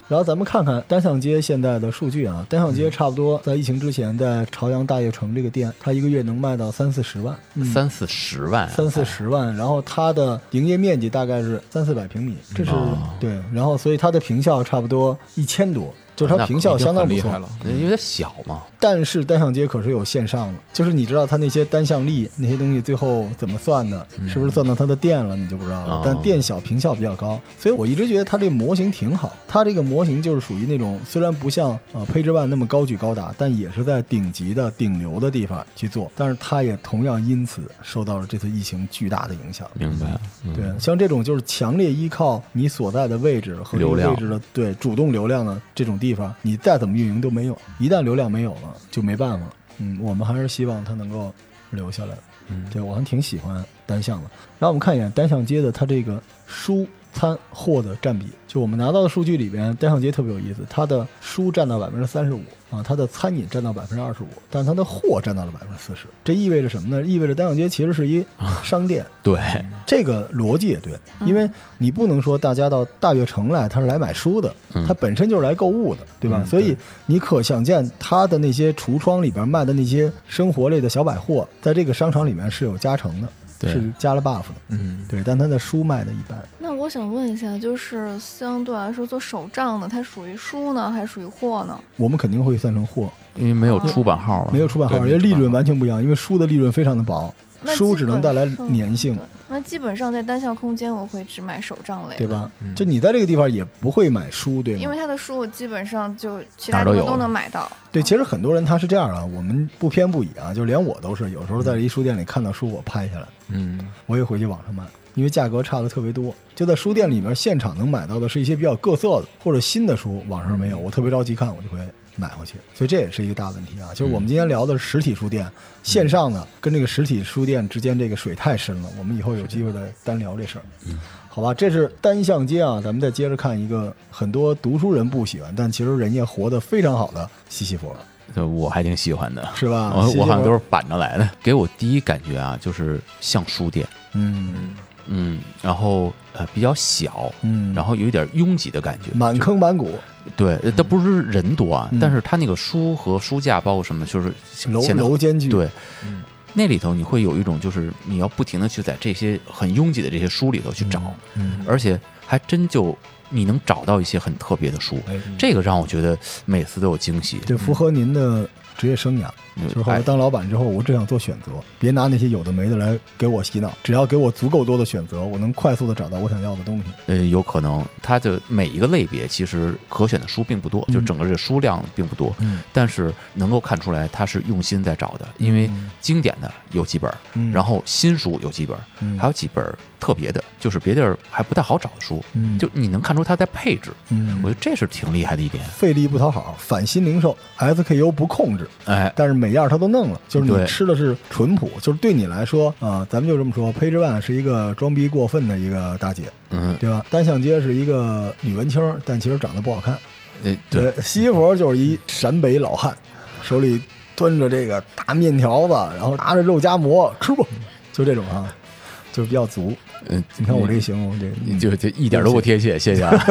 D: 然后咱们看看单向街现在的数据啊，单向
B: 嗯
D: 街差不多在疫情之前，在朝阳大悦城这个店，它一个月能卖到三四十万，
B: 嗯
A: 三四十万啊，
D: 嗯三四十万，然后它的营业面积大概是三四百平米，这是、
B: 哦
D: 对，然后所以它的坪效差不多一千多，就是它
A: 那
D: 坪效相当
B: 很
D: 不
B: 厉
D: 错
B: 害。了，
A: 因为它小嘛，
D: 但是单向街可是有线上的，就是你知道它那些单向力那些东西最后怎么算的，是不是算到它的店了，你就不知道了
A: 哦。
D: 但店小坪效比较高，所以我一直觉得它这模型挺好。它这个模型就是属于那种虽然不像呃配置万那么高举高打，但也是在顶级的顶流的地方去做，但是它也同样因此受到了这次疫情巨大的影响。
A: 明白？嗯
D: 对，像这种就是强烈依靠你所在的位置和这个
A: 流量
D: 位置的对主动流量的这种地方，你再怎么运营都没用。一旦流量没有了，就没办法。嗯，我们还是希望它能够留下来。嗯，对我还挺喜欢单向的。然后我们看一眼单向街的它这个书参获的占比。就我们拿到的数据里边，单向街特别有意思，它的书占到百分之三十五啊，它的餐饮占到百分之二十五，但它的货占到了百分之四十。这意味着什么呢？意味着单向街其实是一商店，
A: 对，
D: 这个逻辑也对，因为你不能说大家到大悦城来，他是来买书的，
B: 嗯
D: 他本身就是来购物的，对吧？所以你可想见，他的那些橱窗里边卖的那些生活类的小百货，在这个商场里面是有加成的，
B: 对
D: 是加了 buff 的，
B: 嗯，
D: 对。但他的书卖的一般，
C: 那我想问一下，就是相对来说做手账的，它属于书呢，还是属于货呢？
D: 我们肯定会算成货，
E: 因为没有出版号啊，
D: 没有出版号，
B: 嗯对
D: 因为利润完全不一样，因为书的利润非常的薄，
C: 那
D: 书
C: 基
D: 只能
C: 本
D: 带来
C: 上
D: 粘性
C: 对。那基本上在单向空间，我会只买手账类，
D: 对？吧？
B: 嗯
D: 就你在这个地方也不会买书，对吗？
C: 因为它的书我基本上就其
A: 哪
C: 他
A: 儿都
C: 地
A: 有
C: 方都能买到。
D: 对，其实很多人他是这样啊，我们不偏不倚啊，就连我都是，有时候在一书店里看到书，我拍下来，
B: 嗯，
D: 我也回去网上卖，因为价格差的特别多。就在书店里面现场能买到的是一些比较各色的或者新的书，网上没有，我特别着急看，我就会买回去。所以这也是一个大问题啊，就是我们今天聊的是实体书店，线上呢跟这个实体书店之间这个水太深了，我们以后有机会再单聊这事儿。好吧，这是单向街啊，咱们再接着看一个很多读书人不喜欢，但其实人家活得非常好的西西弗，
A: 就我还挺喜欢的。
D: 是吧？
A: 我
D: 西西弗
A: 我好像都是反着来的。给我第一感觉啊，就是像书店，
D: 嗯
A: 嗯，然后呃比较小，
D: 嗯，
A: 然后有一点拥挤的感觉，
D: 满
A: 就
D: 坑满谷，
A: 对，呃它不是人多啊
D: 嗯，
A: 但是它那个书和书架包括什么，就是
D: 楼
A: 显得
D: 楼间距，
A: 对
B: 嗯。
A: 那里头你会有一种，就是你要不停的去在这些很拥挤的这些书里头去找，
D: 嗯，
A: 而且还真就你能找到一些很特别的书，
D: 哎
A: 这个让我觉得每次都有惊喜。
D: 这符合您的职业生涯。
A: 嗯
D: 就是后来
A: 哎
D: 当老板之后，我只想做选择，别拿那些有的没的来给我洗脑。只要给我足够多的选择，我能快速的找到我想要的东西。
A: 呃，有可能它的每一个类别其实可选的书并不多，就
D: 嗯
A: 整个这书量并不多，
D: 嗯
A: 但是能够看出来它是用心在找的，因为
D: 嗯
A: 经典的有几本儿，
D: 嗯
A: 然后新书有几本儿，
D: 嗯
A: 还有几本儿特别的，就是别地儿还不太好找的书，
D: 嗯
A: 就你能看出它在配置，
D: 嗯
A: 我觉得这是挺厉害的一点。
D: 费力不讨好，反新零售，SKU 不控制，
A: 哎，
D: 但是每样它都弄了，就是你
A: 对
D: 吃的是淳朴，就是对你来说啊、咱们就这么说，Page One 是一个装逼过分的一个大姐，
A: 嗯，
D: 对吧？单向街是一个女文青，但其实长得不好看。
A: 呃，对，
D: 对，西佛就是一陕北老汉，手里端着这个大面条子，然后拿着肉夹馍，吃吧，就这种啊，就是比较足。
A: 嗯，
D: 你看我这形容，这个
A: 就就一点都不贴切，谢谢啊。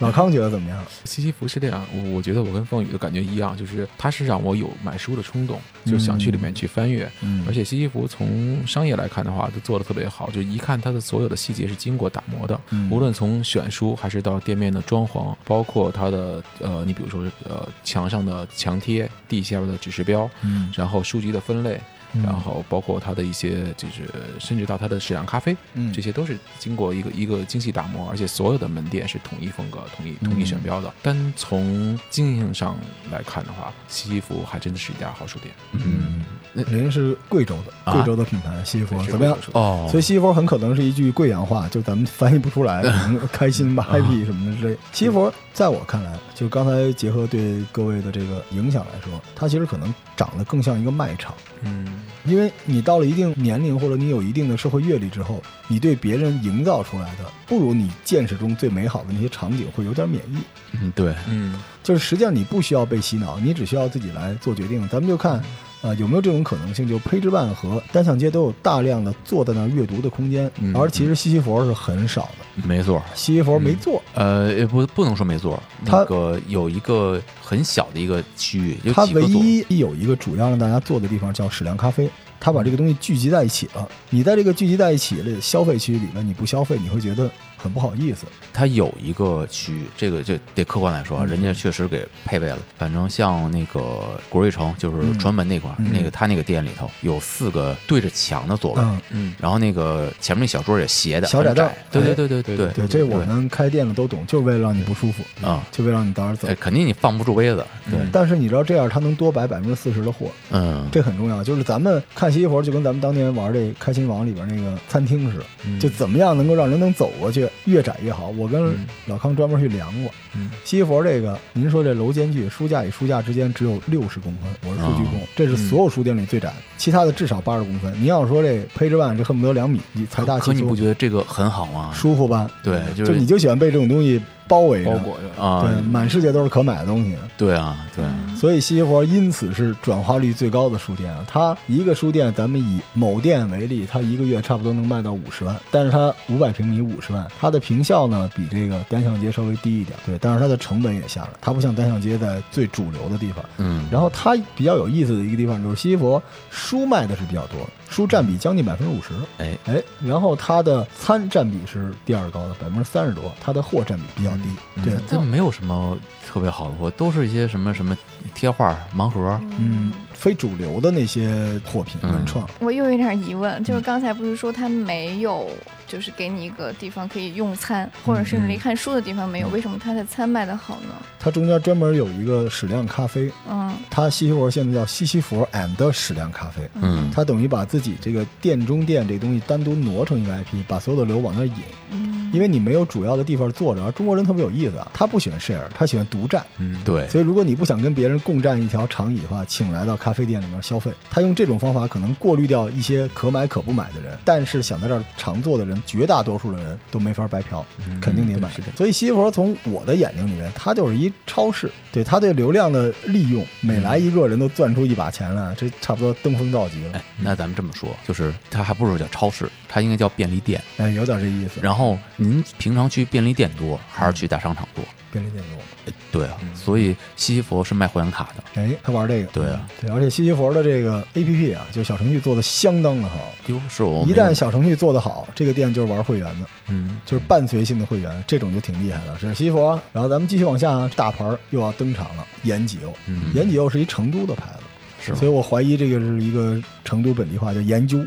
D: 老康觉得怎么样？
B: 西西弗是这样，我我觉得我跟凤宇的感觉一样，就是它是让我有买书的冲动，就想去里面去翻阅。
D: 嗯
B: 而且西西弗从商业来看的话，它做的特别好，就一看它的所有的细节是经过打磨的，
D: 嗯
B: 无论从选书还是到店面的装潢，包括它的呃，你比如说呃墙上的墙贴、地下的指示标，
D: 嗯
B: 然后书籍的分类，然后包括它的一些就是甚至到它的水养咖啡，
D: 嗯
B: 这些都是经过一个一个精细打磨，而且所有的门店是统一风格、统一
D: 嗯
B: 统一选标的。单从经营上来看的话，西西弗还真的是一家好书店。
A: 嗯，
D: 人是贵州的，
A: 啊
D: 贵州的品牌西佛怎么样？
A: 哦
D: 所以西佛很可能是一句贵阳话，就咱们翻译不出来，可能开心吧、happy 什么的之类。西佛在我看来，就刚才结合对各位的这个影响来说，它其实可能长得更像一个卖场。
B: 嗯，
D: 因为你到了一定年龄，或者你有一定的社会阅历之后，你对别人营造出来的不如你见识中最美好的那些场景会有点免疫。
A: 嗯，对，
B: 嗯，
D: 就是实际上你不需要被洗脑，你只需要自己来做决定。咱们就看，呃，有没有这种可能性？就配置办和单向街都有大量的坐在那儿阅读的空间，
A: 嗯
D: 而其实西西弗是很少的，
A: 没错。
D: 西西弗没做。
A: 呃，也不不能说没做，
D: 它
A: 那个有一个很小的一个区域，有
D: 它
A: 几
D: 唯
A: 个座位。
D: 一有一个主要让大家做的地方叫矢量咖啡，它把这个东西聚集在一起了。你在这个聚集在一起的消费区里面，你不消费，你会觉得很不好意思。
A: 它有一个区域，这个这得客观来说啊，
D: 嗯
A: 人家确实给配备了。反正像那个国瑞城，就是
D: 嗯
A: 传门那块儿，
D: 嗯
A: 那个他那个店里头有四个对着墙的座位，
D: 嗯，
A: 然后那个前面那小桌也斜的，
D: 小窄
A: 很
D: 道
A: 窄。对
D: 哎
A: 对对对对
B: 对
D: 对，这我们开店的都懂，就是为了让你不舒服，
A: 啊，
D: 就为了让你早点走
A: 哎。肯定你放不住杯子。对，
D: 但是你知道这样，他能多摆百分之四十的货，
A: 嗯，
D: 这很重要。就是咱们看
A: 嗯
D: 西西弗，就跟咱们当年玩这《开心网》里边那个餐厅似的，就怎么样能够让人能走过去，越越窄越好。我跟
B: 嗯
D: 老康专门去量过，
B: 嗯
D: 西佛这个，您说这楼间距，书架与书架之间只有六十公分，我是数据
A: 哦
D: 控，这是
A: 嗯
D: 所有书店里最窄，其他的至少八十公分。您要说这配置万，这恨不得两米，你财大
A: 啊可
D: 气
A: 你
D: 粗
A: 不，觉得这个很好吗？
D: 舒服吧？
A: 对，就
D: 就是你就喜欢被嗯这种东西包围着
B: 包，裹着，
A: 啊
D: 对，，嗯满世界都是可买的东西。
A: 对啊，对啊，
D: 所以西佛因此是转化率最高的书店啊。它一个书店，咱们以某店为例，它一个月差不多能卖到五十万，但是它五百平米五十万，它的坪效呢比这个单向街稍微低一点，对，但是它的成本也下来，它不像单向街在最主流的地方。
A: 嗯，
D: 然后它比较有意思的一个地方就是西佛书卖的是比较多，书占比将近百分之五十，
A: 哎
D: 哎，然后它的餐占比是第二高的，百分之三十多，它的货占比比较低，对，
A: 这没有什么特别好的货，都是一些什么什么贴画、盲盒，
D: 嗯，非主流的那些货品
A: 嗯
D: 文创。
C: 我又有一点疑问，就是刚才不是说他没有，就是给你一个地方可以用餐，或者是
B: 嗯
C: 离看书的地方没有，为什么他的餐卖的好呢？
D: 它中间专门有一个矢量咖啡，
C: 嗯
D: 它西西佛现在叫西西佛 and 矢量咖啡，
A: 嗯，
D: 它等于把自己这个店中店这东西单独挪成一个 IP，把所有的流往那儿引，
C: 嗯，
D: 因为你没有主要的地方坐着。而中国人特别有意思啊，他不喜欢 share，他喜欢独占。
B: 嗯，
A: 对，
D: 所以，如果你不想跟别人共占一条长椅的话，请来到咖啡店里面消费。他用这种方法可能过滤掉一些可买可不买的人，但是想在这儿常坐的人，绝大多数的人都没法白嫖，
A: 嗯
D: 肯定得买。
B: 是的
D: 所以西佛从我的眼睛里面，它就是一超市，对它对流量的利用，每来一个人都攥出一把钱来，这差不多登峰造极了
A: 嗯哎，，那咱们这么说，就是它还不如叫超市，它应该叫便利店。
D: 哎，有点这意思。
A: 然后您平常去便利店多，还是去大商场多？
D: 便利店多，
A: 呃对啊，
D: 嗯
A: 所以西西佛是卖会员卡的。
D: 哎，他玩这个，
A: 对啊，
D: 对，而且西西佛的这个 A P P 啊，就小程序做的相当的好。
A: 哟，是我
D: 一
A: 没
D: 旦
A: 有
D: 小程序做得好，这个店就是玩会员的。
B: 嗯，
D: 就是伴随性的会员，这种就挺厉害的。这是西佛，然后咱们继续往下，啊大牌儿又要登场了，延吉欧。
A: 嗯
D: 延吉欧是一成都的牌子，
A: 是吗
D: 所以我怀疑这个是一个成都本地话，叫研究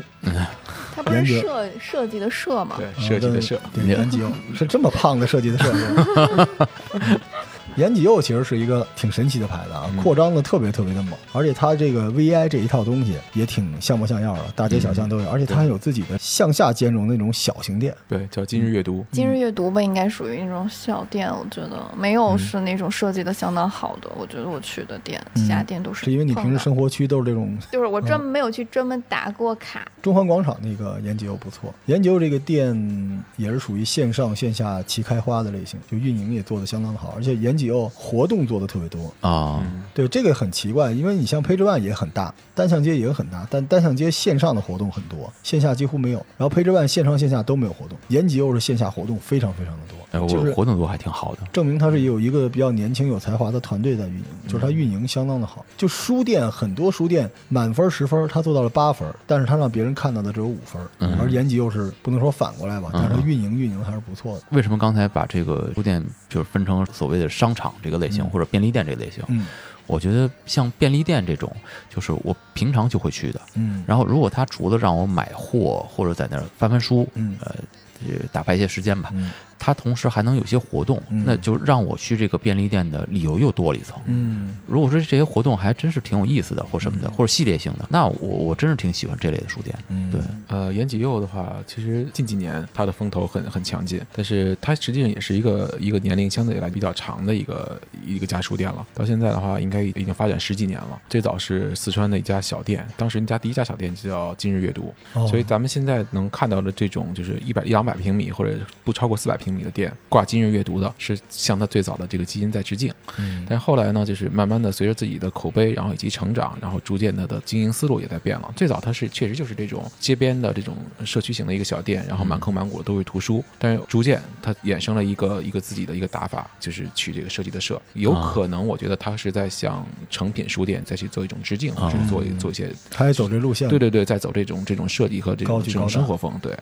C: 他不是
D: 严格
C: 设设计的设吗？
B: 对，设计的设，
D: 对延吉欧是这么胖的设计的设计。 延吉欧其实是一个挺神奇的牌子
A: 嗯
D: 啊，扩张的特别特别的猛，而且它这个 VI 这一套东西也挺像模像样的，大街小
A: 嗯
D: 巷都有，而且它还有自己的向下兼容的那种小型店。
B: 对，叫今日阅读，
C: 今日阅读吧，应该属于那种小店，我觉得没
D: 嗯
C: 有是那种设计的相当好的。我觉得我去的店，其他店都是。
D: 嗯是因为你平时生活嗯区都是这种
C: 就是我专门没有去专门打过卡，
D: 中环广场那个研究不错，研究这个店也是属于线上线下齐开花的类型，就运营也做得相当好，而且研究活动做得特别多。
A: 啊，
D: 对，这个很奇怪，因为你像 Page One 也很大，单向街也很大，但单向街线上的活动很多，线下几乎没有。然后 Page One 线上线下都没有活动，研究是线下活动非常非常的
A: 哎，
D: 多，就
A: 我
D: 是
A: 活动度还挺好的。
D: 证明它是有一个比较年轻有才华的团队在运营，就是它运营相当的好。就书店很多书店满分十分，它做到了八分，但是它让别人看到的只有五分，
A: 嗯
D: 而延吉又是不能说反过来吧，但是它运营运营还是不错的。
A: 为什么刚才把这个书店就是分成所谓的商场这个类型，
D: 嗯
A: 或者便利店这个类型？
D: 嗯
A: 我觉得像便利店这种，就是我平常就会去的。
D: 嗯
A: 然后，如果他除了让我买货或者在那儿翻翻书，
D: 嗯
A: 呃，呃打发一些时间吧，
D: 嗯
A: 它同时还能有些活动，
D: 嗯
A: 那就让我去这个便利店的理由又多了一层。
D: 嗯，
A: 如果说这些活动还真是挺有意思的，或什么的，或者系列性的，那我我真是挺喜欢这类的书店。
D: 嗯
A: 对，
B: 呃，岩井佑的话，其实近几年他的风头很很强劲，但是他实际上也是一个一个年龄相对来比较长的一个一个家书店了。到现在的话，应该已经发展十几年了。最早是四川的一家小店，当时人家第一家小店就叫今日阅读，
D: 哦
B: 所以咱们现在能看到的这种就是一百一两百平米或者不超过四百平米的店挂今日阅读的，是向他最早的这个基因在致敬。
D: 嗯
B: 但是后来呢，就是慢慢的随着自己的口碑，然后以及成长，然后逐渐它的经营思路也在变了。最早它是确实就是这种街边的这种社区型的一个小店，然后满坑满谷的都是图书，但是逐渐它衍生了一个一个自己的一个打法，就是取这个设计的社，有
A: 啊
B: 可能我觉得它是在向成品书店再去做一种致敬，或者
A: 啊
B: 做一做一些
D: 他也走这路线，
B: 对，对对，在走这种这种设计和这
D: 高
B: 种
D: 举
B: 这
D: 高
B: 种
D: 打
B: 生活风，对。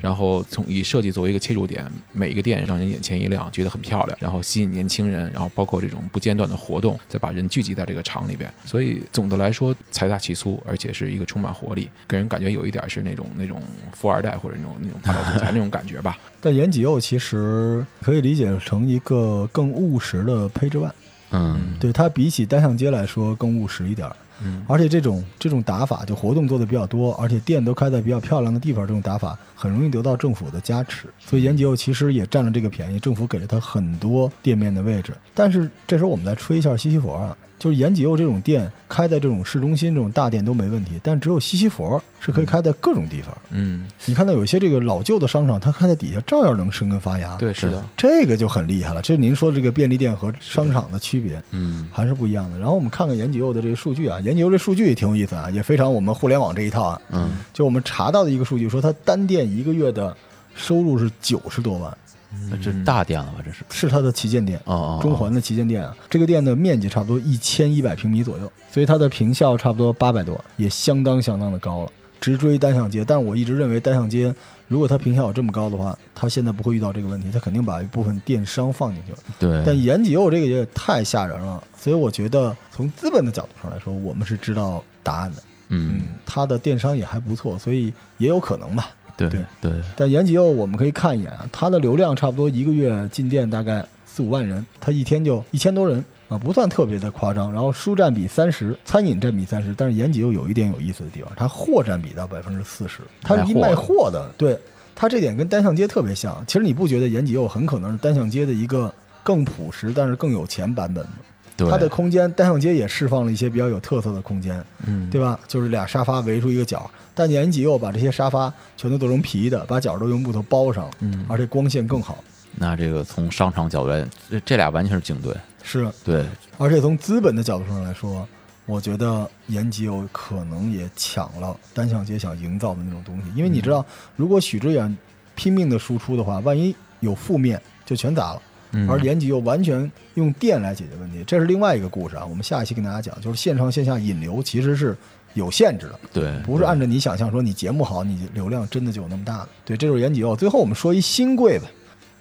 B: 然后从以设计作为一个切入点，每一个店让人眼前一亮，觉得很漂亮，然后吸引年轻人，然后包括这种不间断的活动，再把人聚集在这个场里边。所以总的来说，财大气粗，而且是一个充满活力，给人感觉有一点是那种那种富二代或者那种那种霸道总裁那种感觉吧。
D: 但延吉又其实可以理解成一个更务实的 Page One，
A: 嗯，
D: 对它比起单向街来说更务实一点儿。
B: 嗯
D: 而且这种这种打法，就活动做的比较多，而且店都开在比较漂亮的地方，这种打法很容易得到政府的加持。所以延吉后其实也占了这个便宜，政府给了他很多店面的位置。但是这时候我们再吹一下西西弗啊，就是延吉后这种店开在这种市中心这种大店都没问题，但只有西西弗是可以开在各种地方。
B: 嗯，
D: 你看到有些这个老旧的商场，它开在底下照样能生根发芽。
B: 对，是的，
D: 这个就很厉害了。这是您说的这个便利店和商场的区别。
A: 嗯，
D: 还是不一样的。然后我们看看研究的这个数据啊，研究这数据也挺有意思啊，也非常我们互联网这一套啊。
A: 嗯，
D: 就我们查到的一个数据说，它单店一个月的收入是九十多万，
A: 嗯那这是大店了吧？这是
D: 是它的旗舰店。
A: 哦哦，哦
D: 嗯中环的旗舰店啊，这个店的面积差不多一千一百平米左右，所以它的坪效差不多八百多，也相当相当的高了，直追单向街。但是我一直认为单向街，如果它坪效有这么高的话，它现在不会遇到这个问题，它肯定把一部分电商放进去了。
A: 对，
D: 但延吉欧这个也太吓人了，所以我觉得从资本的角度上来说，我们是知道答案的。
A: 嗯，
D: 它的电商也还不错，所以也有可能吧。
A: 对
D: 对
A: 对，
D: 但延吉欧我们可以看一眼啊，它的流量差不多一个月进店大概四五万人，它一天就一千多人啊，不算特别的夸张。然后书占比三十，餐饮占比三十，但是延吉欧有一点有意思的地方，它货占比到百分之四十，它是一
A: 卖
D: 卖
A: 货
D: 货的，对，它这点跟单向街特别像。其实你不觉得延吉欧很可能是单向街的一个更朴实但是更有钱版本吗？
A: 对
D: 它的空间单向街也释放了一些比较有特色的空间，
B: 嗯，
D: 对吧？就是俩沙发围出一个角，但年吉又把这些沙发全都做成皮的，把角都用木头包上，
B: 嗯
D: 而且光线更好。
A: 那这个从商场角度来，这这俩完全是竞对，
D: 是，
A: 对，
D: 而且从资本的角度上来说，我觉得延吉有可能也抢了单向街想营造的那种东西，因为你知
B: 嗯
D: 道，如果许知远拼命的输出的话，万一有负面就全砸了。
B: 嗯
D: 而延吉又完全用电来解决问题，这是另外一个故事啊。我们下一期跟大家讲，就是线上线下引流其实是有限制的，
A: 对，
D: 不是按照你想象说你节目好，你流量真的就有那么大的。对，这就是延吉欧。最后我们说一新贵吧，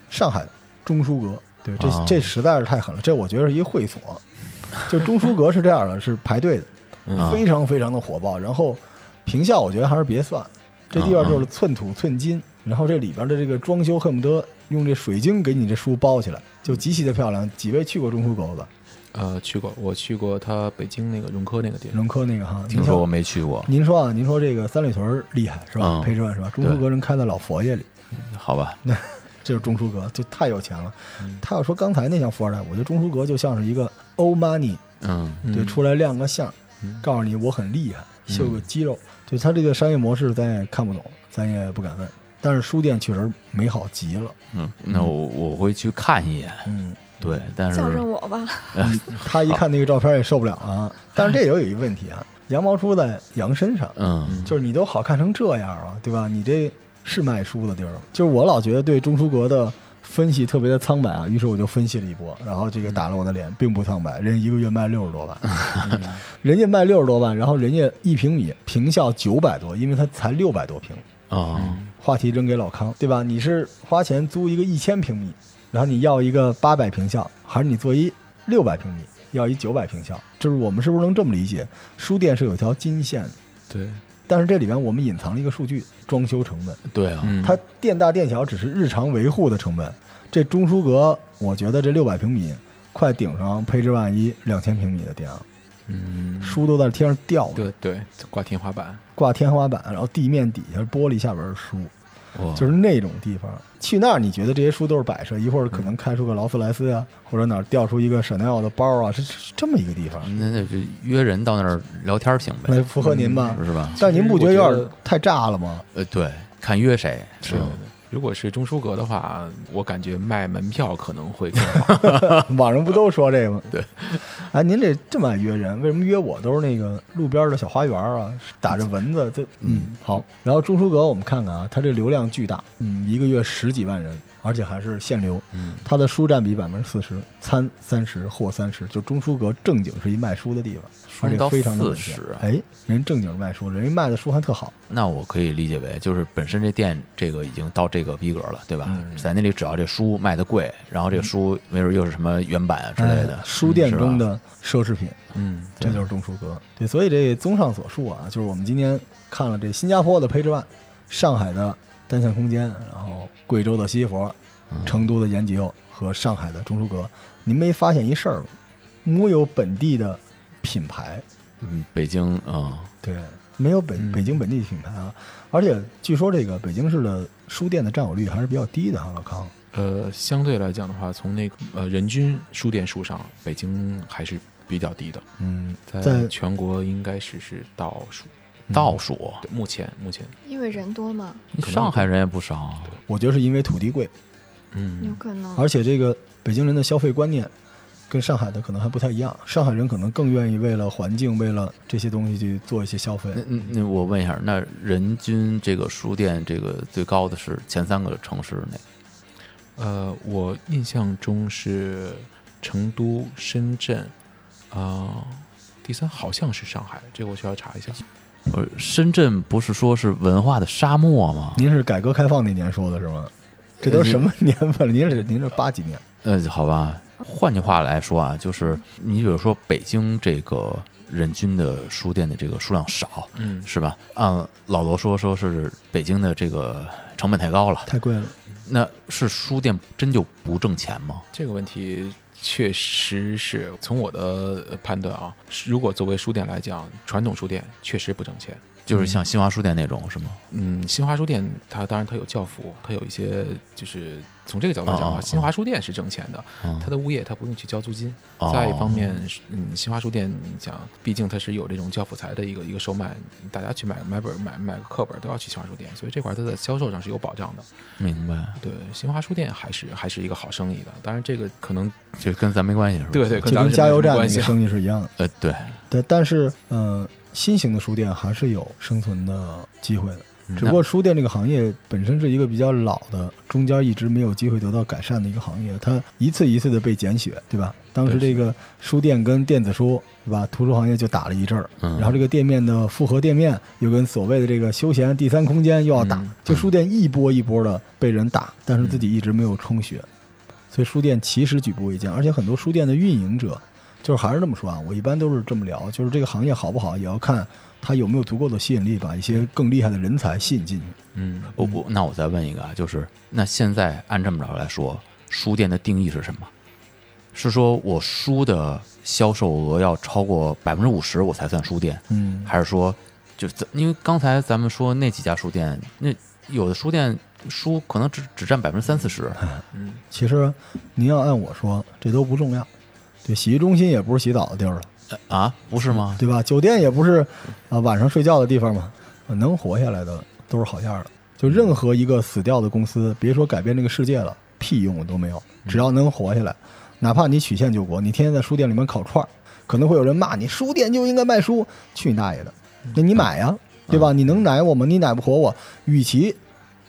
D: 上海的中书阁。对，这
A: 啊
D: 这实在是太狠了，这我觉得是一会所。就中书阁是这样的，是排队的，
A: 啊
D: 非常非常的火爆。然后平效我觉得还是别算，这地方就是寸土寸金。然后这里边的这个装修恨不得用这水晶给你这书包起来，就极其的漂亮。几位去过中书阁吧？
B: 呃，去过，我去过他北京那个融科那个店，
D: 农科那个哈，
A: 听
D: 您
A: 说
D: 像
A: 我没去过，
D: 您说啊，您说这个三里屯儿厉害是吧？
A: 嗯
D: 裴之万是吧？中书阁人开在老佛爷里，
A: 好吧，
D: 这是中书阁，就太有钱了。他要说刚才那像富二代，我觉得中书阁就像是一个欧 money，
A: 嗯，
B: 嗯
D: 对，出来亮个相，告诉你我很厉害，嗯秀个肌肉。对他这个商业模式，咱也看不懂，咱也不敢问。但是书店确实美好极了，
A: 嗯，那我我会去看一眼，
D: 嗯，
A: 对，但是
C: 叫上我吧，
D: 他一看那个照片也受不了啊。但是这也有一个问题啊，羊毛出在羊身上，
A: 嗯，
D: 就是你都好看成这样了，对吧？你这是卖书的地儿吗。就是我老觉得对中书阁的分析特别的苍白啊，于是我就分析了一波，然后这个打了我的脸，并不苍白。人家一个月卖六十多万，人家卖六十多万，然后人家一平米坪效九百多，因为它才六百多平。
A: 哦，
D: 话题扔给老康，对吧？你是花钱租一个一千平米，然后你要一个八百平效，还是你做一六百平米，要一九百平效？就是我们是不是能这么理解？书店是有一条金线的。
B: 对，
D: 但是这里边我们隐藏了一个数据，装修成本，
A: 对啊，
B: 嗯，
D: 它店大店小只是日常维护的成本。这中书阁，我觉得这六百平米快顶上配置万一两千平米的店了，
B: 嗯，
D: 书都在天上掉了，
B: 对对，挂天花板，
D: 挂天花板，然后地面底下玻璃下边是书，
A: 哇
D: 就是那种地方。去那儿你觉得这些书都是摆设，一会儿可能开出个劳斯莱斯
B: 嗯
D: 啊，或者哪儿掉出一个 Chanel 的包啊，是是这么一个地
B: 嗯
D: 方，
A: 那那就约人到那儿聊天儿行呗，
D: 来符合您吧？
A: 是吧？
D: 但您不觉得有
B: 嗯其实我
D: 点
B: 觉得
D: 太炸了吗？
A: 呃，对，看约谁，嗯
B: 是的。如果是中书阁的话，我感觉卖门票可能会更 好。
D: 网上不都说这个吗？
A: 对，
D: 哎，您这这么爱约人，为什么约我都是那个路边的小花园啊，打着蚊子？这嗯好。然后中书阁我们看看啊，它这流量巨大，嗯，一个月十几万人，而且还是限流。
A: 嗯，
D: 它的书占比百分之四十，餐三十，货三十，就中书阁正经是一卖书的地方，而且非常的稳健
A: 书到40啊
D: 哎，人正经卖书，人家卖的书还特好。
A: 那我可以理解为，就是本身这店这个已经到这个逼格了，对吧？
D: 嗯
A: 在那里，只要这书卖的贵，然后这书没准又是什么原版之类的，嗯
D: 哎书店
A: 是吧
D: 中的奢侈品，
B: 嗯，
D: 这就是中书阁。对，所以这综上所述啊，就是我们今天看了这新加坡的培之万，上海的单向空间，然后贵州的西佛，成都的延吉欧和上海的中书阁。您没发现一事儿吗？木有本地的品牌，
A: 嗯，北京啊，
D: 对，没有北
B: 嗯
D: 北京本地品牌啊，而且据说这个北京市的书店的占有率还是比较低的哈，老康。
B: 呃，相对来讲的话，从那个呃人均书店数上，北京还是比较低的，
D: 嗯，在
B: 在嗯全国应该是是倒数。
A: 倒数，
B: 对目前目前，
C: 因为人多嘛，
B: 可能
A: 上海人也不少，
D: 我觉得是因为土地贵，
C: 有
B: 嗯，
C: 可能。
D: 而且这个北京人的消费观念跟上海的可能还不太一样，上海人可能更愿意为了环境、为了这些东西去做一些消费
A: 那。那那我问一下，那人均这个书店这个最高的是前三个城市哪？
B: 呃，我印象中是成都、深圳，啊、第三好像是上海，这个我需要查一下。
A: 呃，深圳不是说是文化的沙漠吗？
D: 您是改革开放那年说的是吗？这都什么年份了？您是您是八几年？
A: 呃，好吧。换句话来说啊，就是你比如说北京这个人均的书店的这个数量少，
B: 嗯，
A: 是吧？按老罗说，说是北京的这个成本太高了，
D: 太贵了。
A: 那是书店真就不挣钱吗？
B: 这个问题确实是从我的判断啊，如果作为书店来讲，传统书店确实不挣钱。
A: 就是像新华书店那种是吗？
B: 嗯，新华书店它当然它有教辅，它有一些就是从这个角度来讲
D: 啊
B: 的
A: 哦哦
B: 话，
A: 哦
B: 新华书店是挣钱的，
A: 嗯
B: 它，的物业它不用去交租金。
D: 啊
A: 哦
B: 再一方面，嗯，新华书店你讲，毕竟它是有这种教辅材的一个一个售卖，大家去买买本买买个课本都要去新华书店，所以这块儿它在销售上是有保障的。
A: 哦明白，
B: 对，新华书店还是还是一个好生意的，当然这个可能
A: 就跟咱没关系是吧？
B: 对对，，
D: 就
B: 跟
D: 跟
B: 咱们是
D: 加
B: 没
D: 油
B: 什么
D: 站那
B: 关
D: 个
B: 系。
D: 生意是一样的。
A: 呃对，
D: 但但是，呃，新型的书店还是有生存的机会的。
A: 嗯
D: 只不过书店这个行业本身是一个比较老的，中间一直没有机会得到改善的一个行业，它一次一次的被减血，对吧？当时这个书店跟电子书，对吧？图书行业就打了一阵儿，
A: 嗯
D: 然后这个店面的复合店面又跟所谓的这个休闲第三空间又要打，
B: 嗯
D: 就书店一波一波的被人打，但是自己一直没有充血，所以书店其实举步维艰，而且很多书店的运营者就是还是这么说啊，我一般都是这么聊，就是这个行业好不好，也要看它有没有足够的吸引力，把一些更厉害的人才吸引进去。
B: 嗯，
A: 我我那我再问一个啊，就是那现在按这么着来说，书店的定义是什么？是说我书的销售额要超过百分之五十我才算书店，
D: 嗯，
A: 还是说就咱因为刚才咱们说那几家书店，那有的书店书可能只只占百分之三四 十，
B: 嗯，
D: 其实您要按我说，这都不重要。对，洗浴中心也不是洗澡的地儿了，
A: 啊，不是吗？
D: 对吧？酒店也不是啊晚上睡觉的地方嘛。呃能活下来的都是好样儿的。就任何一个死掉的公司，别说改变这个世界了，屁用都没有。只要能活下来，哪怕你曲线救国，你天天在书店里面烤串儿，可能会有人骂你，书店就应该卖书，去你大爷的！那你买呀，对吧？你能奶我吗？你奶不活我。与其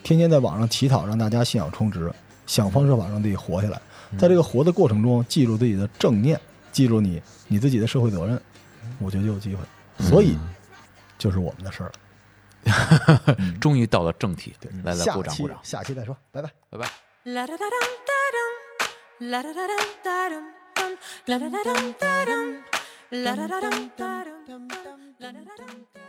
D: 天天在网上乞讨，让大家信仰充值，想方设法让自己活下来，在这个活的过程中，记住自己的正念，记住你你自己的社会责任，我觉得就有机会。
A: 嗯
D: 所以，就是我们的事儿了。
A: 终于到了正题，来来，
D: 嗯下
A: 鼓掌
D: 期
A: 鼓掌，
D: 下期再说，拜拜。
A: 拜拜。
E: La da da dum da dum, la da da dum da dum dum, la da da dum da dum, la da da dum da dum dum, la da da dum.